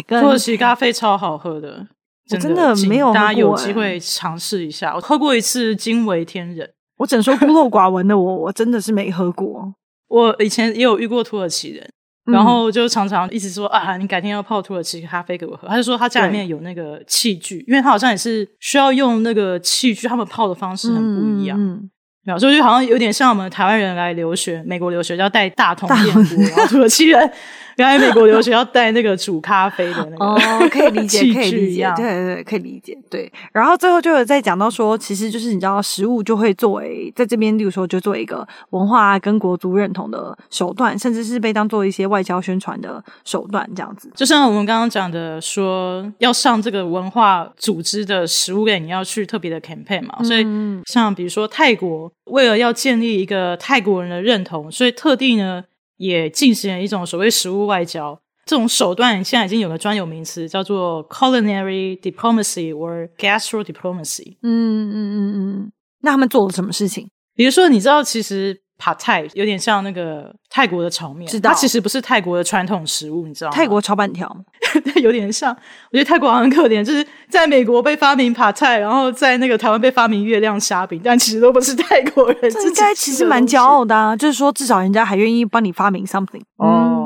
[SPEAKER 2] 跟
[SPEAKER 1] 土耳其咖啡超好喝的，
[SPEAKER 2] 我
[SPEAKER 1] 真
[SPEAKER 2] 真的
[SPEAKER 1] 请
[SPEAKER 2] 没有喝
[SPEAKER 1] 大家有
[SPEAKER 2] 过
[SPEAKER 1] 机
[SPEAKER 2] 欸
[SPEAKER 1] 会尝试一下，我喝过一次，惊为天人。
[SPEAKER 2] 我只能说孤陋寡闻的我，我真的是没喝过。
[SPEAKER 1] 我以前也有遇过土耳其人，
[SPEAKER 2] 嗯
[SPEAKER 1] 然后就常常一直说啊，你改天要泡土耳其咖啡给我喝。他就说他家里面有那个器具，因为他好像也是需要用那个器具，他们泡的方式很不一样。
[SPEAKER 2] 嗯，嗯
[SPEAKER 1] 没有，所以就好像有点像我们台湾人来留学，美国留学要带大桶
[SPEAKER 2] 大
[SPEAKER 1] 电锅，然后土耳其人 来美国留学要带那个煮咖啡的那个、
[SPEAKER 2] 哦，可以 理解，
[SPEAKER 1] 器
[SPEAKER 2] 可以
[SPEAKER 1] 具
[SPEAKER 2] 理
[SPEAKER 1] 一
[SPEAKER 2] 解
[SPEAKER 1] 样，
[SPEAKER 2] 对对对，可以理解，对。然后最后就有在讲到说，其实就是你知道，食物就会作为在这边，例如说就作为一个文化啊跟国族认同的手段，甚至是被当做一些外交宣传的手段这样子。
[SPEAKER 1] 就像我们刚刚讲的说，要上这个文化组织的食物链，你要去特别的 campaign
[SPEAKER 2] 嗯
[SPEAKER 1] 嘛。所以，像比如说泰国，为了要建立一个泰国人的认同，所以特地呢也进行了一种所谓食物外交。这种手段现在已经有个专有名词，叫做 culinary diplomacy or gastro diplomacy。
[SPEAKER 2] 嗯嗯嗯嗯。那他们做了什么事情？
[SPEAKER 1] 比如说，你知道，其实帕泰，有点像那个泰国的炒面
[SPEAKER 2] 知，道
[SPEAKER 1] 它其实不是泰国的传统食物，你知道吗？
[SPEAKER 2] 泰国炒板条，
[SPEAKER 1] 有点像，我觉得泰国好像很可怜，就是在美国被发明帕菜，然后在那个台湾被发明月亮虾饼，但其实都不是泰国人自
[SPEAKER 2] 这
[SPEAKER 1] 己
[SPEAKER 2] 应该其
[SPEAKER 1] 吃
[SPEAKER 2] 实
[SPEAKER 1] 的
[SPEAKER 2] 蛮
[SPEAKER 1] 东西
[SPEAKER 2] 骄傲的啊，就是说至少人家还愿意帮你发明 something。嗯
[SPEAKER 1] 哦。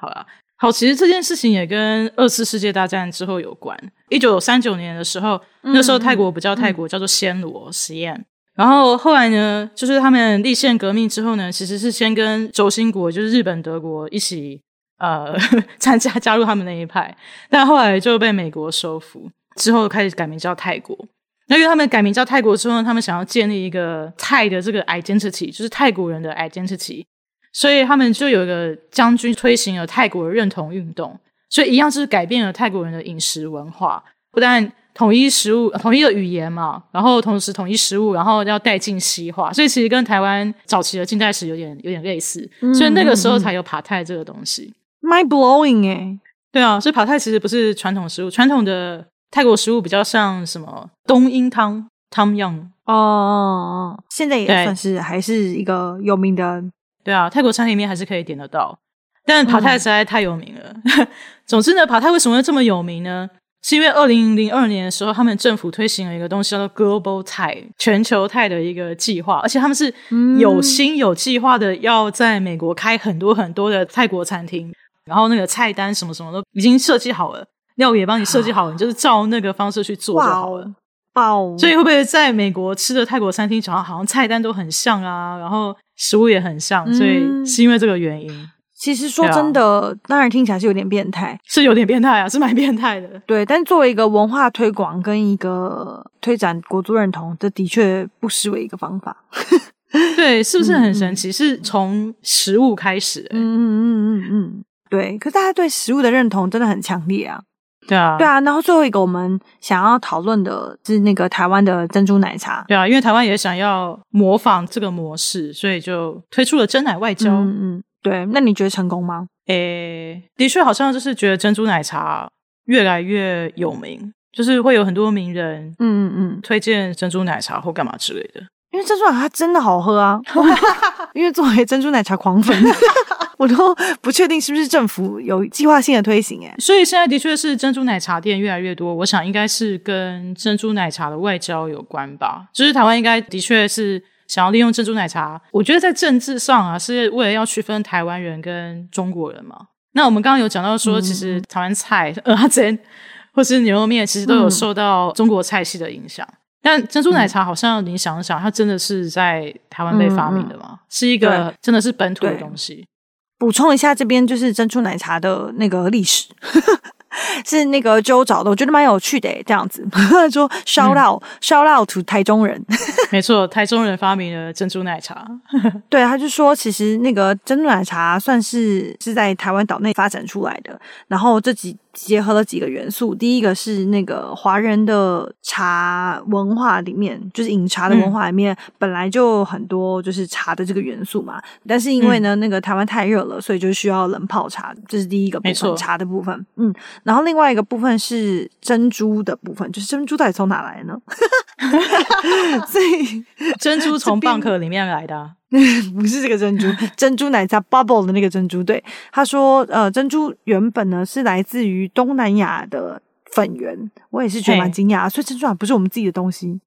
[SPEAKER 1] 好啦，好，其实这件事情也跟二次世界大战之后有关。一九三九年的时候，那时候泰国不叫泰国，叫做暹罗实验。然后后来呢，就是他们立宪革命之后呢，其实是先跟轴心国，就是日本、德国一起呃 参加加入他们那一派，但后来就被美国收服，之后开始改名叫泰国。那因为他们改名叫泰国之后呢，他们想要建立一个泰的这个 identity，就是泰国人的 identity，所以他们就有一个将军推行了泰国认同运动，所以一样是改变了泰国人的饮食文化，不但统一食物、统一的语言嘛，然后同时统一食物，然后要带进西化，所以其实跟台湾早期的近代史有点有点类似，所以那个时候才有爬泰这个东西。
[SPEAKER 2] Mind blowing 哎、
[SPEAKER 1] 对啊，所以爬泰其实不是传统食物，传统的泰国食物比较像什么冬阴汤汤样。
[SPEAKER 2] 哦哦，哦现在也
[SPEAKER 1] 对
[SPEAKER 2] 算是还是一个有名的，
[SPEAKER 1] 对啊，泰国餐里面还是可以点得到，但爬泰实在太有名了。 总之呢，爬泰为什么会这么有名呢？是因为二零零二年的时候，他们政府推行了一个东西叫做 Global Thai 全球泰的一个计划，而且他们是有心有计划的要在美国开很多很多的泰国餐厅，然后那个菜单什么什么都已经设计好了，料也帮你设计好了，你就是照那个方式去做就
[SPEAKER 2] 哇
[SPEAKER 1] 好了。
[SPEAKER 2] 哦，哇哦，
[SPEAKER 1] 所以会不会在美国吃的泰国餐厅，好像好像菜单都很像啊，然后食物也很像，
[SPEAKER 2] 嗯
[SPEAKER 1] 所以是因为这个原因，
[SPEAKER 2] 其实说
[SPEAKER 1] 对啊
[SPEAKER 2] 真的，当然听起来是有点变态，
[SPEAKER 1] 是有点变态啊，是蛮变态的。
[SPEAKER 2] 对，但作为一个文化推广跟一个推展国族认同，这的确不失为一个方法。
[SPEAKER 1] 对，是不是很神奇？是从食物开始、欸，
[SPEAKER 2] 嗯嗯嗯嗯，对。可是大家对食物的认同真的很强烈啊。
[SPEAKER 1] 对啊，
[SPEAKER 2] 对啊，然后最后一个我们想要讨论的是那个台湾的珍珠奶茶。
[SPEAKER 1] 对啊，因为台湾也想要模仿这个模式，所以就推出了真奶外交。
[SPEAKER 2] 嗯嗯，对。那你觉得成功吗？
[SPEAKER 1] 诶、的确好像就是觉得珍珠奶茶越来越有名，就是会有很多名人
[SPEAKER 2] 嗯嗯嗯，
[SPEAKER 1] 推荐珍珠奶茶或干嘛之类的。
[SPEAKER 2] 因为珍珠奶茶真的好喝啊。 因为作为珍珠奶茶狂粉， 我都不确定是不是政府有计划性的推行、欸。哎，
[SPEAKER 1] 所以现在的确是珍珠奶茶店越来越多，我想应该是跟珍珠奶茶的外交有关吧。就是台湾应该的确是想要利用珍珠奶茶，我觉得在政治上啊，是为了要区分台湾人跟中国人嘛。那我们刚刚有讲到
[SPEAKER 2] 嗯
[SPEAKER 1] 说，其实台湾菜、蚵仔煎或是牛肉面，其实都有
[SPEAKER 2] 嗯
[SPEAKER 1] 受到中国菜系的影响。但珍珠奶茶好像你想一想，它真的是在台湾被发明的吗？是一个真的是本土的
[SPEAKER 2] 嗯对
[SPEAKER 1] 东西。
[SPEAKER 2] 补充一下，这边就是珍珠奶茶的那个历史， 是那个周找的，我觉得蛮有趣的耶。欸这样子 说烧到烧到 to 台中人，
[SPEAKER 1] 没错，台中人发明了珍珠奶茶。
[SPEAKER 2] 对，他就说其实那个珍珠奶茶算是是在台湾岛内发展出来的，然后这几结合了几个元素，第一个是那个华人的茶文化里面，就是饮茶的
[SPEAKER 1] 嗯
[SPEAKER 2] 文化里面、本来就很多就是茶的这个元素嘛，但是因
[SPEAKER 1] 嗯
[SPEAKER 2] 为呢、那个台湾太热了，所以就需要冷泡茶，这是第一个部
[SPEAKER 1] 没错
[SPEAKER 2] 分茶的部分，嗯，然后另外一个部分是珍珠的部分，就是珍珠到底从哪来 呢？ 所以。
[SPEAKER 1] 珍珠从
[SPEAKER 2] 这边
[SPEAKER 1] Bank 里面来的啊、
[SPEAKER 2] 不是这个珍珠， 珍珠奶茶 bubble 的那个珍珠。对，他说，呃，珍珠原本呢是来自于东南亚的粉源，我也是觉得蛮
[SPEAKER 1] 嘿
[SPEAKER 2] 惊讶，所以珍珠奶茶不是我们自己的东西。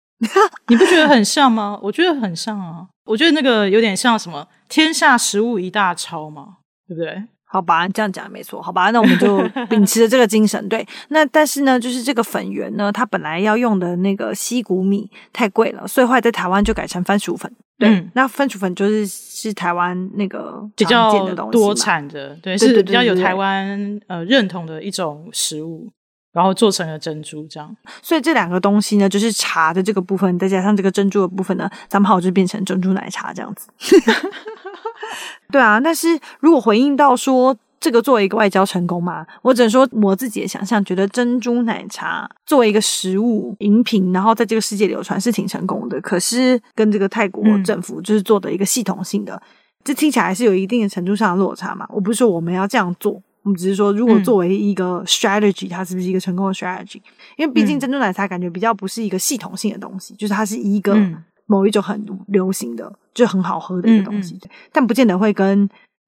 [SPEAKER 1] 你不觉得很像吗？我觉得很像啊，我觉得那个有点像什么“天下食物一大抄”嘛，对不对？
[SPEAKER 2] 好吧，这样讲也没错。好吧，那我们就秉持着这个精 神。对，那但是呢，就是这个粉圆呢，它本来要用的那个西谷米太贵了，所以后来在台湾就改成番薯粉。对，
[SPEAKER 1] 嗯
[SPEAKER 2] 那番薯粉就是是台湾那个
[SPEAKER 1] 比
[SPEAKER 2] 常见
[SPEAKER 1] 较
[SPEAKER 2] 的东西嘛
[SPEAKER 1] 多产的，对，
[SPEAKER 2] 对
[SPEAKER 1] 是
[SPEAKER 2] 对
[SPEAKER 1] 比较有
[SPEAKER 2] 对对
[SPEAKER 1] 台湾呃认同的一种食物，然后做成了珍珠这样。
[SPEAKER 2] 所以这两个东西呢，就是茶的这个部分，再加上这个珍珠的部分呢，咱们好就变成珍珠奶茶这样子。 对啊，但是如果回应到说这个作为一个外交成功吗？我只能说我自己的想象，觉得珍珠奶茶作为一个食物饮品，然后在这个世界流传是挺成功的。可是跟这个泰国
[SPEAKER 1] 嗯
[SPEAKER 2] 政府就是做的一个系统性的，这听起来还是有一定的程度上的落差嘛。我不是说我们要这样做，我们只是说如果
[SPEAKER 1] 嗯
[SPEAKER 2] 作为一个 strategy，、它是不是一个成功的 strategy？因为毕
[SPEAKER 1] 嗯
[SPEAKER 2] 竟珍珠奶茶感觉比较不是一个系统性的东西，就是它是一个
[SPEAKER 1] 嗯
[SPEAKER 2] 某一种很流行的，就很好喝的一个东西，但不见得会跟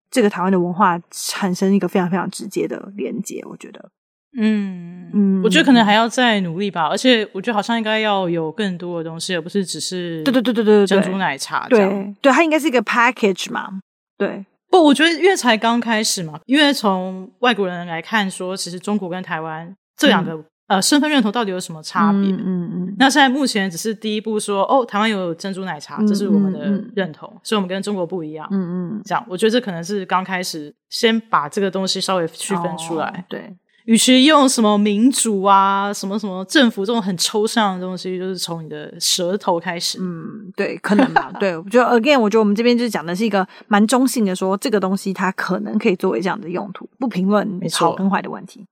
[SPEAKER 2] 这个台湾的文化产生一个非常非常直接的连接。我觉得，
[SPEAKER 1] 嗯
[SPEAKER 2] 嗯
[SPEAKER 1] 我觉得可能还要再努力吧，而且我觉得好像应该要有更多的东西，而不是只是
[SPEAKER 2] 对对对对对对
[SPEAKER 1] 珍
[SPEAKER 2] 对
[SPEAKER 1] 珠奶茶这样。
[SPEAKER 2] 对对，它应该是一个 package 嘛，对，
[SPEAKER 1] 不，我觉得因为才刚开始嘛，因为从外国人来看说，其实中国跟台湾这两个、呃身份认同到底有什么差别？
[SPEAKER 2] 嗯嗯嗯，
[SPEAKER 1] 那现在目前只是第一步说，哦，台湾有珍珠奶茶，
[SPEAKER 2] 嗯
[SPEAKER 1] 这是我们的
[SPEAKER 2] 嗯嗯
[SPEAKER 1] 认同，所以我们跟中国不一样。
[SPEAKER 2] 嗯嗯，
[SPEAKER 1] 这样，我觉得这可能是刚开始先把这个东西稍微区分出来。
[SPEAKER 2] 哦对，
[SPEAKER 1] 与其用什么民主啊、什么什么政府这种很抽象的东西，就是从你的舌头开始。
[SPEAKER 2] 嗯，对，可能吧。对，我觉得 again，我觉得我们这边就是讲的是一个蛮中性的说这个东西它可能可以作为这样的用途，不评论
[SPEAKER 1] 没错
[SPEAKER 2] 好跟坏的问题。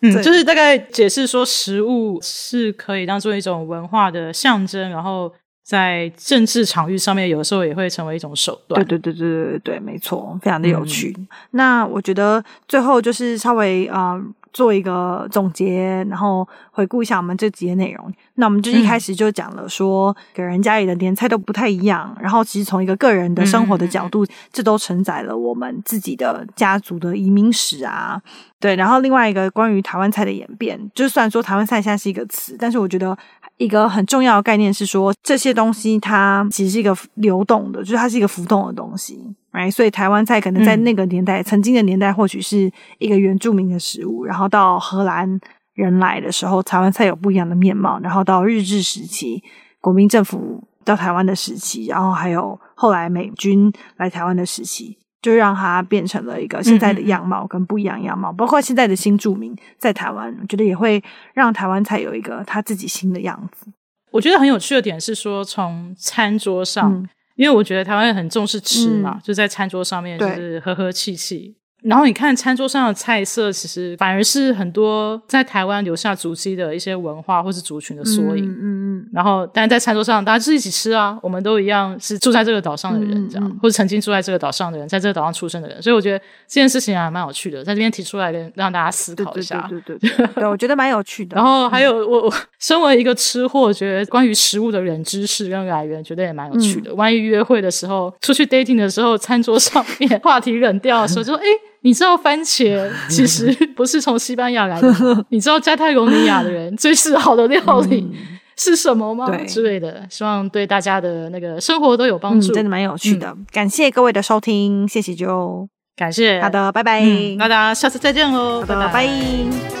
[SPEAKER 1] 嗯
[SPEAKER 2] 对
[SPEAKER 1] 就是大概解释说，食物是可以当做一种文化的象征，然后在政治场域上面，有时候也会成为一种手段。
[SPEAKER 2] 对对对对对对，没错，非常的有趣。那我觉得最后就是稍微呃做一个总结，然后回顾一下我们这集的内容。那我们就一
[SPEAKER 1] 嗯
[SPEAKER 2] 开始就讲了说，给人家里的年菜都不太一样，然后其实从一个个人的生活的角度，这都承载了我们自己的家族的移民史啊。对，然后另外一个关于台湾菜的演变，就虽然说台湾菜现在是一个词，但是我觉得一个很重要的概念是说，这些东西它其实是一个流动的，就是它是一个浮动的东西。right？所以台湾菜可能在
[SPEAKER 1] 嗯
[SPEAKER 2] 那个年代，曾经的年代，或许是一个原住民的食物，然后到荷兰人来的时候，台湾菜有不一样的面貌，然后到日治时期，国民政府到台湾的时期，然后还有后来美军来台湾的时期，就让它变成了一个现在
[SPEAKER 1] 嗯
[SPEAKER 2] 的样貌跟不一样的样貌，包括现在的新住民在台湾，我觉得也会让台湾菜有一个它自己新的样子。
[SPEAKER 1] 我觉得很有趣的点是说，从餐桌上，
[SPEAKER 2] 嗯
[SPEAKER 1] 因为我觉得台湾人很重视吃嘛，
[SPEAKER 2] 嗯
[SPEAKER 1] 就在餐桌上面就
[SPEAKER 2] 对
[SPEAKER 1] 是和和气气。然后你看餐桌上的菜色，其实反而是很多在台湾留下足迹的一些文化或是族群的缩影。
[SPEAKER 2] 嗯嗯
[SPEAKER 1] 然后，但是在餐桌上，大家就是一起吃啊，我们都一样是住在这个岛上的人，
[SPEAKER 2] 嗯
[SPEAKER 1] 这样，
[SPEAKER 2] 嗯
[SPEAKER 1] 或者曾经住在这个岛上的人，在这个岛上出生的人，所以我觉得这件事情还蛮有趣的，在这边提出来跟让大家思
[SPEAKER 2] 对
[SPEAKER 1] 考一
[SPEAKER 2] 对
[SPEAKER 1] 下。
[SPEAKER 2] 对对对对，对我觉得蛮有趣 的。
[SPEAKER 1] 然后还有
[SPEAKER 2] 嗯
[SPEAKER 1] 我我身为一个吃货，我觉得关于食物的冷知识跟来源，觉得也蛮有
[SPEAKER 2] 嗯
[SPEAKER 1] 趣的。万一约会的时候，出去 dating 的时候，餐桌上面 话题冷掉的时候，就说：“哎，你知道番 茄其实不是从西班牙来的吗？你知道加泰罗尼亚的人最嗜好的料理是什么吗？”
[SPEAKER 2] 嗯对
[SPEAKER 1] 之类的，希望对大家的那个生活都有帮
[SPEAKER 2] 嗯，
[SPEAKER 1] 助。
[SPEAKER 2] 真的蛮有趣的。感谢各位的收听，谢谢就
[SPEAKER 1] 感谢，嗯
[SPEAKER 2] 好，的，拜拜，嗯
[SPEAKER 1] 嗯，那大家下次再见喽，
[SPEAKER 2] 好的，拜。